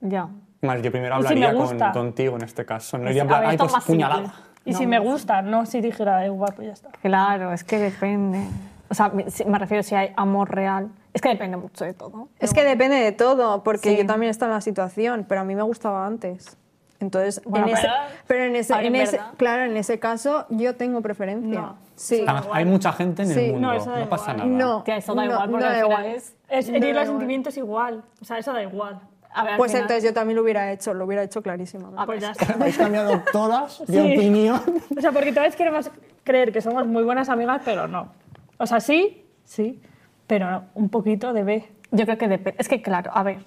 Speaker 2: Ya.
Speaker 3: Más, yo primero
Speaker 5: Y si
Speaker 3: hablaría
Speaker 5: me
Speaker 3: con-
Speaker 5: gusta.
Speaker 3: contigo en este caso. No
Speaker 2: Es-
Speaker 3: iría
Speaker 2: a
Speaker 3: en plan,
Speaker 2: ver,
Speaker 3: ay,
Speaker 2: esto es
Speaker 3: pues
Speaker 2: más simple.
Speaker 3: puñalada.
Speaker 5: Y
Speaker 2: No,
Speaker 5: si me gusta, no si dijera, eh, guapo, ya está.
Speaker 2: Claro, es que depende. O sea, me si- me refiero si hay amor real. Es que depende mucho de todo.
Speaker 1: Es que depende de todo, porque
Speaker 2: Sí.
Speaker 1: yo también estaba en la situación, pero a mí me gustaba antes. Entonces,
Speaker 2: Bueno,
Speaker 1: en ese-
Speaker 2: pero-
Speaker 1: pero en ese,
Speaker 2: A ver,
Speaker 1: en
Speaker 2: en
Speaker 1: ese-
Speaker 2: verdad.
Speaker 1: claro, en ese caso yo tengo preferencia.
Speaker 5: No.
Speaker 1: Sí.
Speaker 3: Además, hay mucha gente en el
Speaker 1: Sí.
Speaker 3: mundo.
Speaker 5: No, eso da
Speaker 3: No,
Speaker 5: igual.
Speaker 3: pasa nada.
Speaker 1: No.
Speaker 2: Tía, eso da
Speaker 1: no,
Speaker 2: igual porque
Speaker 1: no
Speaker 2: al
Speaker 1: da
Speaker 2: final
Speaker 1: igual.
Speaker 2: es...
Speaker 5: Es
Speaker 1: No,
Speaker 5: herir los
Speaker 1: igual.
Speaker 5: sentimientos igual. Ah, O sea, eso da igual.
Speaker 2: A ver, al
Speaker 1: Pues
Speaker 2: final-
Speaker 1: entonces yo también lo hubiera hecho, lo hubiera hecho clarísimamente.
Speaker 2: Ah,
Speaker 5: Pues ya está.
Speaker 3: Habéis cambiado todas de
Speaker 5: Sí.
Speaker 3: opinión.
Speaker 5: O sea, porque todas queremos creer que somos muy buenas amigas, pero no. O sea, sí, sí, pero no, un poquito de B.
Speaker 2: Yo creo que depende. Es que, claro, a ver.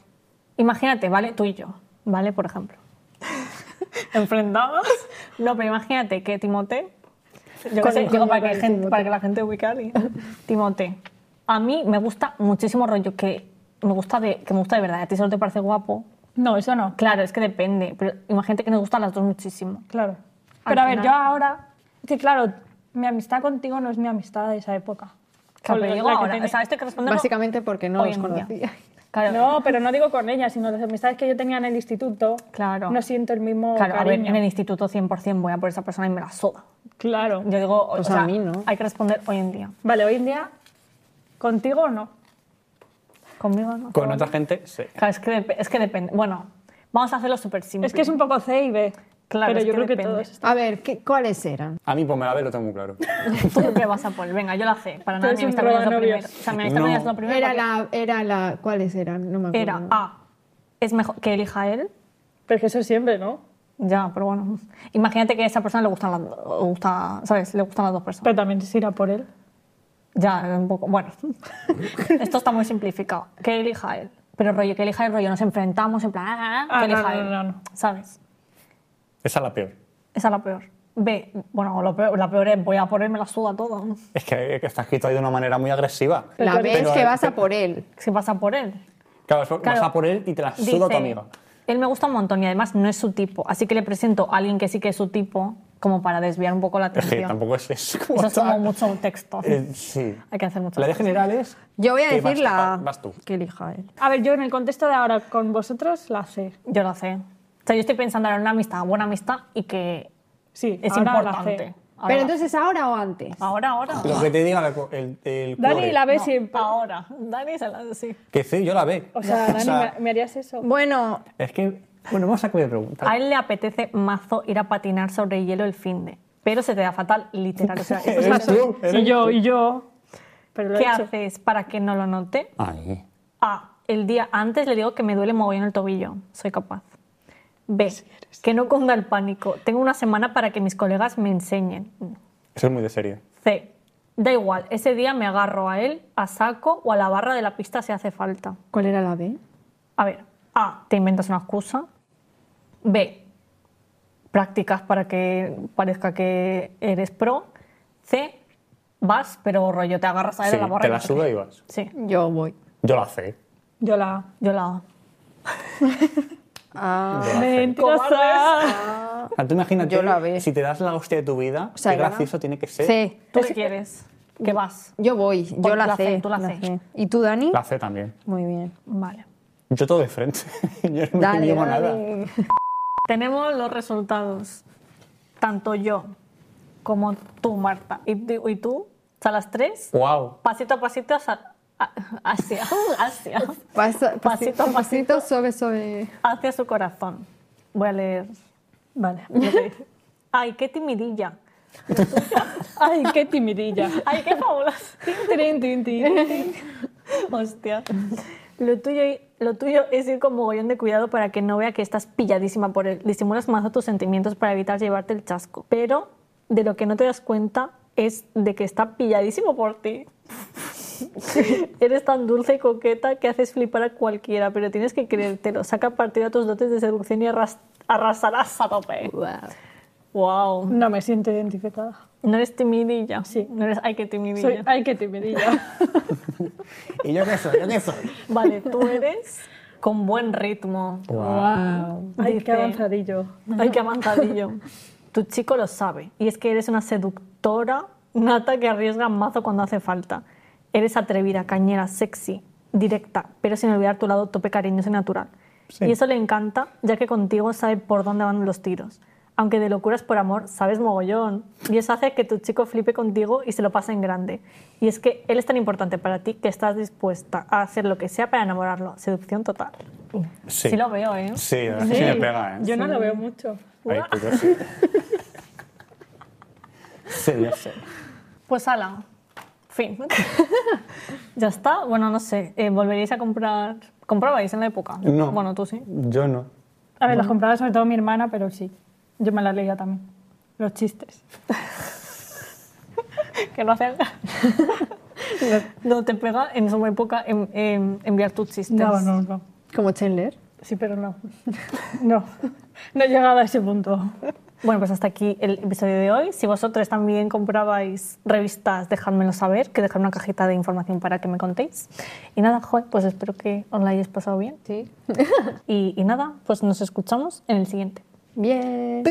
Speaker 2: Imagínate, ¿vale? Tú y yo, ¿vale? Por ejemplo. Enfrentados. No, pero imagínate que Timote. Yo qué
Speaker 5: Con
Speaker 2: sé,
Speaker 5: el
Speaker 2: digo,
Speaker 5: coño,
Speaker 2: para,
Speaker 5: con
Speaker 2: que
Speaker 5: el
Speaker 2: gente-
Speaker 5: Timote.
Speaker 2: para que la gente ubique a alguien. Timote. A mí me gusta muchísimo rollo que me gusta de, que me gusta de verdad. A ti solo te parece guapo.
Speaker 5: No, eso no.
Speaker 2: Claro, es que depende. Pero imagínate que nos gustan las dos muchísimo.
Speaker 5: Claro.
Speaker 2: Al
Speaker 5: Pero a ver,
Speaker 2: final-
Speaker 5: yo ahora. Es que claro, mi amistad contigo no es mi amistad de esa época.
Speaker 2: Claro,
Speaker 5: Con
Speaker 2: pero
Speaker 5: la-
Speaker 2: digo
Speaker 5: la que
Speaker 2: ahora,
Speaker 5: tenía-
Speaker 2: o sea, esto hay que responderlo
Speaker 4: Básicamente porque no
Speaker 2: hoy
Speaker 4: los
Speaker 2: en día.
Speaker 4: conocía.
Speaker 2: Claro,
Speaker 5: No, pero no digo con ella, sino las amistades que yo tenía en el instituto.
Speaker 2: Claro.
Speaker 5: No siento el mismo
Speaker 2: claro a ver,
Speaker 5: cariño.
Speaker 2: en el instituto 100% voy a por esa persona y me la soda.
Speaker 5: Claro.
Speaker 2: Yo digo, o-
Speaker 4: Pues
Speaker 2: o
Speaker 4: a
Speaker 2: sea,
Speaker 4: mí no.
Speaker 2: hay que responder hoy en día.
Speaker 5: Vale, hoy en día, ¿contigo o no?
Speaker 2: Conmigo no.
Speaker 3: Con otra gente, sí.
Speaker 2: Claro, es que, dep- es que depende. Bueno, vamos a hacerlo súper simple.
Speaker 5: Es que es un poco C y B.
Speaker 2: Claro,
Speaker 5: pero
Speaker 2: es
Speaker 5: yo
Speaker 2: que
Speaker 5: creo que
Speaker 2: depende.
Speaker 5: todos.
Speaker 4: A ver, ¿qué- ¿cuáles eran?
Speaker 3: A mí, pues me la ve, lo tengo muy claro.
Speaker 2: ¿Tú qué vas a poner? Venga, yo la sé. Para nada,
Speaker 5: Tú eres
Speaker 2: mi amistad
Speaker 5: un
Speaker 2: con ella es lo
Speaker 5: robanovios.
Speaker 2: primero. O sea, mi amistad con
Speaker 3: No.
Speaker 2: ella es lo primero.
Speaker 4: Era
Speaker 2: porque
Speaker 4: la, era la... ¿Cuáles eran? No me acuerdo.
Speaker 5: Mm.
Speaker 2: Era ah, A. Es mejor que elija él.
Speaker 5: Pero es que eso siempre, ¿no?
Speaker 2: Ya, pero bueno. Imagínate que a esa persona le gustan las, o gusta, ¿sabes? Le gustan las dos personas.
Speaker 5: Pero también se irá por él.
Speaker 2: Ya, un poco. Bueno, esto está muy simplificado. Que elija él. Pero rollo, que elija el rollo, nos enfrentamos en plan. ah, ah, ah,
Speaker 5: Ah,
Speaker 2: que
Speaker 5: no,
Speaker 2: elija
Speaker 5: no,
Speaker 2: él.
Speaker 5: no, no.
Speaker 2: ¿Sabes?
Speaker 3: Esa es la peor.
Speaker 2: Esa es la peor. B, bueno, lo peor- la peor es voy a ponerme la suda toda.
Speaker 3: Es que, que está escrito ahí de una manera muy agresiva.
Speaker 4: La B es
Speaker 3: Pero-
Speaker 4: que vas a por él.
Speaker 2: Se pasa por él.
Speaker 3: Claro, eso
Speaker 2: Claro.
Speaker 3: vas a por él y te la suda a tu
Speaker 2: Dice,
Speaker 3: amiga.
Speaker 2: Él me gusta un montón y además no es su tipo, así que le presento a alguien que sí que es su tipo, como para desviar un poco la
Speaker 3: Es que
Speaker 2: atención.
Speaker 3: tampoco es eso.
Speaker 2: Eso es como mucho texto.
Speaker 3: Eh, sí.
Speaker 2: Hay que hacer mucho.
Speaker 3: La de generales.
Speaker 1: Yo voy a
Speaker 3: que
Speaker 1: decir
Speaker 3: vas-
Speaker 1: la
Speaker 3: vas- Vas tú.
Speaker 1: que elija él.
Speaker 5: A ver, yo en el contexto de ahora con vosotros, la C.
Speaker 2: Yo lo sé. O sea, yo estoy pensando ahora en una amistad, buena amistad y que
Speaker 5: Sí,
Speaker 2: es
Speaker 5: ahora La
Speaker 2: importante.
Speaker 5: C.
Speaker 2: Ahora,
Speaker 4: Pero entonces, ¿ahora o antes?
Speaker 2: ahora, ahora.
Speaker 3: Lo que te diga la co- el, el
Speaker 5: Dani
Speaker 3: core.
Speaker 5: la ve
Speaker 2: No,
Speaker 5: siempre.
Speaker 2: Ahora. Dani se la sí.
Speaker 3: Que sí, yo la ve.
Speaker 5: O sea, Dani,
Speaker 3: sea,
Speaker 5: ¿me- ¿me harías eso?
Speaker 1: Bueno,
Speaker 3: Es que. Bueno, vamos a cambiar de pregunta.
Speaker 2: A él le apetece mazo ir a patinar sobre hielo el fin de, pero se te da fatal, literal. O sea, eso es
Speaker 3: Eres
Speaker 2: una-
Speaker 3: tú,
Speaker 5: Y
Speaker 3: eres
Speaker 5: yo,
Speaker 3: tú.
Speaker 5: y yo. Pero lo
Speaker 2: ¿Qué
Speaker 5: he hecho.
Speaker 2: haces para que no lo note?
Speaker 3: Ay.
Speaker 2: Ah, A. El día antes le digo que me duele mogollón el tobillo. Soy capaz. B. Que no cunda el pánico. Tengo una semana para que mis colegas me enseñen.
Speaker 3: Eso es muy de serie.
Speaker 2: C. Da igual, ese día me agarro a él, a saco o a la barra de la pista si hace falta.
Speaker 4: ¿Cuál era la B?
Speaker 2: A ver, A, te inventas una excusa. B, practicas para que parezca que eres pro. C, vas, pero rollo, te agarras a él
Speaker 3: Sí,
Speaker 2: a la barra.
Speaker 3: te
Speaker 2: y no
Speaker 3: la
Speaker 2: sé
Speaker 3: suda
Speaker 2: qué.
Speaker 3: y vas.
Speaker 2: Sí,
Speaker 4: Yo voy.
Speaker 3: Yo la sé.
Speaker 5: Yo la.
Speaker 2: yo la A.
Speaker 4: Ah,
Speaker 3: yo la sé.
Speaker 5: ¡Mentirosa!
Speaker 3: Ah, Tú imagínate,
Speaker 4: Yo la ve.
Speaker 3: si te das la hostia de tu vida,
Speaker 4: sea,
Speaker 3: qué
Speaker 4: yo la-
Speaker 3: gracioso tiene que ser.
Speaker 4: C.
Speaker 2: ¿Tú qué quieres? ¿Qué vas?
Speaker 4: Yo voy, yo
Speaker 2: Pues
Speaker 4: la,
Speaker 2: la
Speaker 4: C.
Speaker 2: C, tú la C.
Speaker 4: ¿Y tú, Dani?
Speaker 3: La C también.
Speaker 4: Muy bien.
Speaker 2: Vale.
Speaker 3: Yo todo de frente. yo no me
Speaker 4: Dale,
Speaker 3: llevo nada.
Speaker 4: Dani.
Speaker 2: Tenemos los resultados. Tanto yo como tú, Marta, y, tú- y tú, a las tres,
Speaker 3: Wow.
Speaker 2: pasito a pasito hasta- a- hacia, hacia,
Speaker 4: Pasa-
Speaker 2: Pasito
Speaker 4: pasito
Speaker 2: a
Speaker 4: a pasito, suave, suave.
Speaker 2: hacia su corazón. Voy a leer.
Speaker 5: Vale.
Speaker 2: lo que dice. Ay, qué timidilla.
Speaker 5: Ay, qué timidilla.
Speaker 2: Ay, qué fabulosa.
Speaker 5: Tin, tin, tin.
Speaker 2: Hostia. Lo tuyo, lo tuyo es ir con mogollón de cuidado para que no vea que estás pilladísima por él. Disimulas más tus sentimientos para evitar llevarte el chasco. Pero de lo que no te das cuenta es de que está pilladísimo por ti. Eres tan dulce y coqueta que haces flipar a cualquiera, pero tienes que creértelo. Saca partido a tus dotes de seducción y arras- arrasarás a tope. Wow.
Speaker 5: No me siento identificada.
Speaker 2: No eres timidilla. Sí. No eres, ay, qué timidilla.
Speaker 5: Soy, ay, qué timidilla.
Speaker 3: ¿Y yo qué soy? ¿Yo qué soy?
Speaker 2: Vale, tú eres con buen ritmo.
Speaker 3: Wow.
Speaker 4: Wow.
Speaker 5: Ay,
Speaker 2: Ah, Dice-
Speaker 5: qué avanzadillo.
Speaker 2: Ay, qué avanzadillo. tu chico lo sabe. Y es que eres una seductora nata que arriesga mazo cuando hace falta. Eres atrevida, cañera, sexy, directa, pero sin olvidar tu lado tope cariñoso y natural.
Speaker 3: Sí.
Speaker 2: Y eso le encanta, ya que contigo sabe por dónde van los tiros. Aunque de locuras por amor, sabes mogollón. Y eso hace que tu chico flipe contigo y se lo pase en grande. Y es que él es tan importante para ti que estás dispuesta a hacer lo que sea para enamorarlo. Seducción total.
Speaker 3: Sí.
Speaker 2: Sí lo veo, ¿eh?
Speaker 3: Sí, la verdad es que sí me pega, ¿eh?
Speaker 5: Yo no lo veo mucho.
Speaker 3: Ay, pues yo sí. sí, yo sé.
Speaker 2: Pues ala, fin. ya está. Bueno, no sé. eh, ¿Volveríais a comprar? ¿Comprabais en la época?
Speaker 3: No.
Speaker 2: Bueno, tú sí.
Speaker 3: Yo no.
Speaker 5: A ver, las compraba sobre todo mi hermana, pero sí. Yo me las leía también. Los chistes.
Speaker 2: Que no hacen. no te pega en su época en, en enviar tus chistes.
Speaker 5: No, no, no.
Speaker 4: Como Chandler.
Speaker 5: Sí, pero no. No. No he llegado a ese punto.
Speaker 2: Bueno, pues hasta aquí el episodio de hoy. Si vosotros también comprabais revistas, dejádmelo saber, que dejad una cajita de información para que me contéis. Y nada, joder, pues espero que os la hayáis pasado bien.
Speaker 4: Sí.
Speaker 2: Y, y nada, pues nos escuchamos en el siguiente.
Speaker 4: Bien.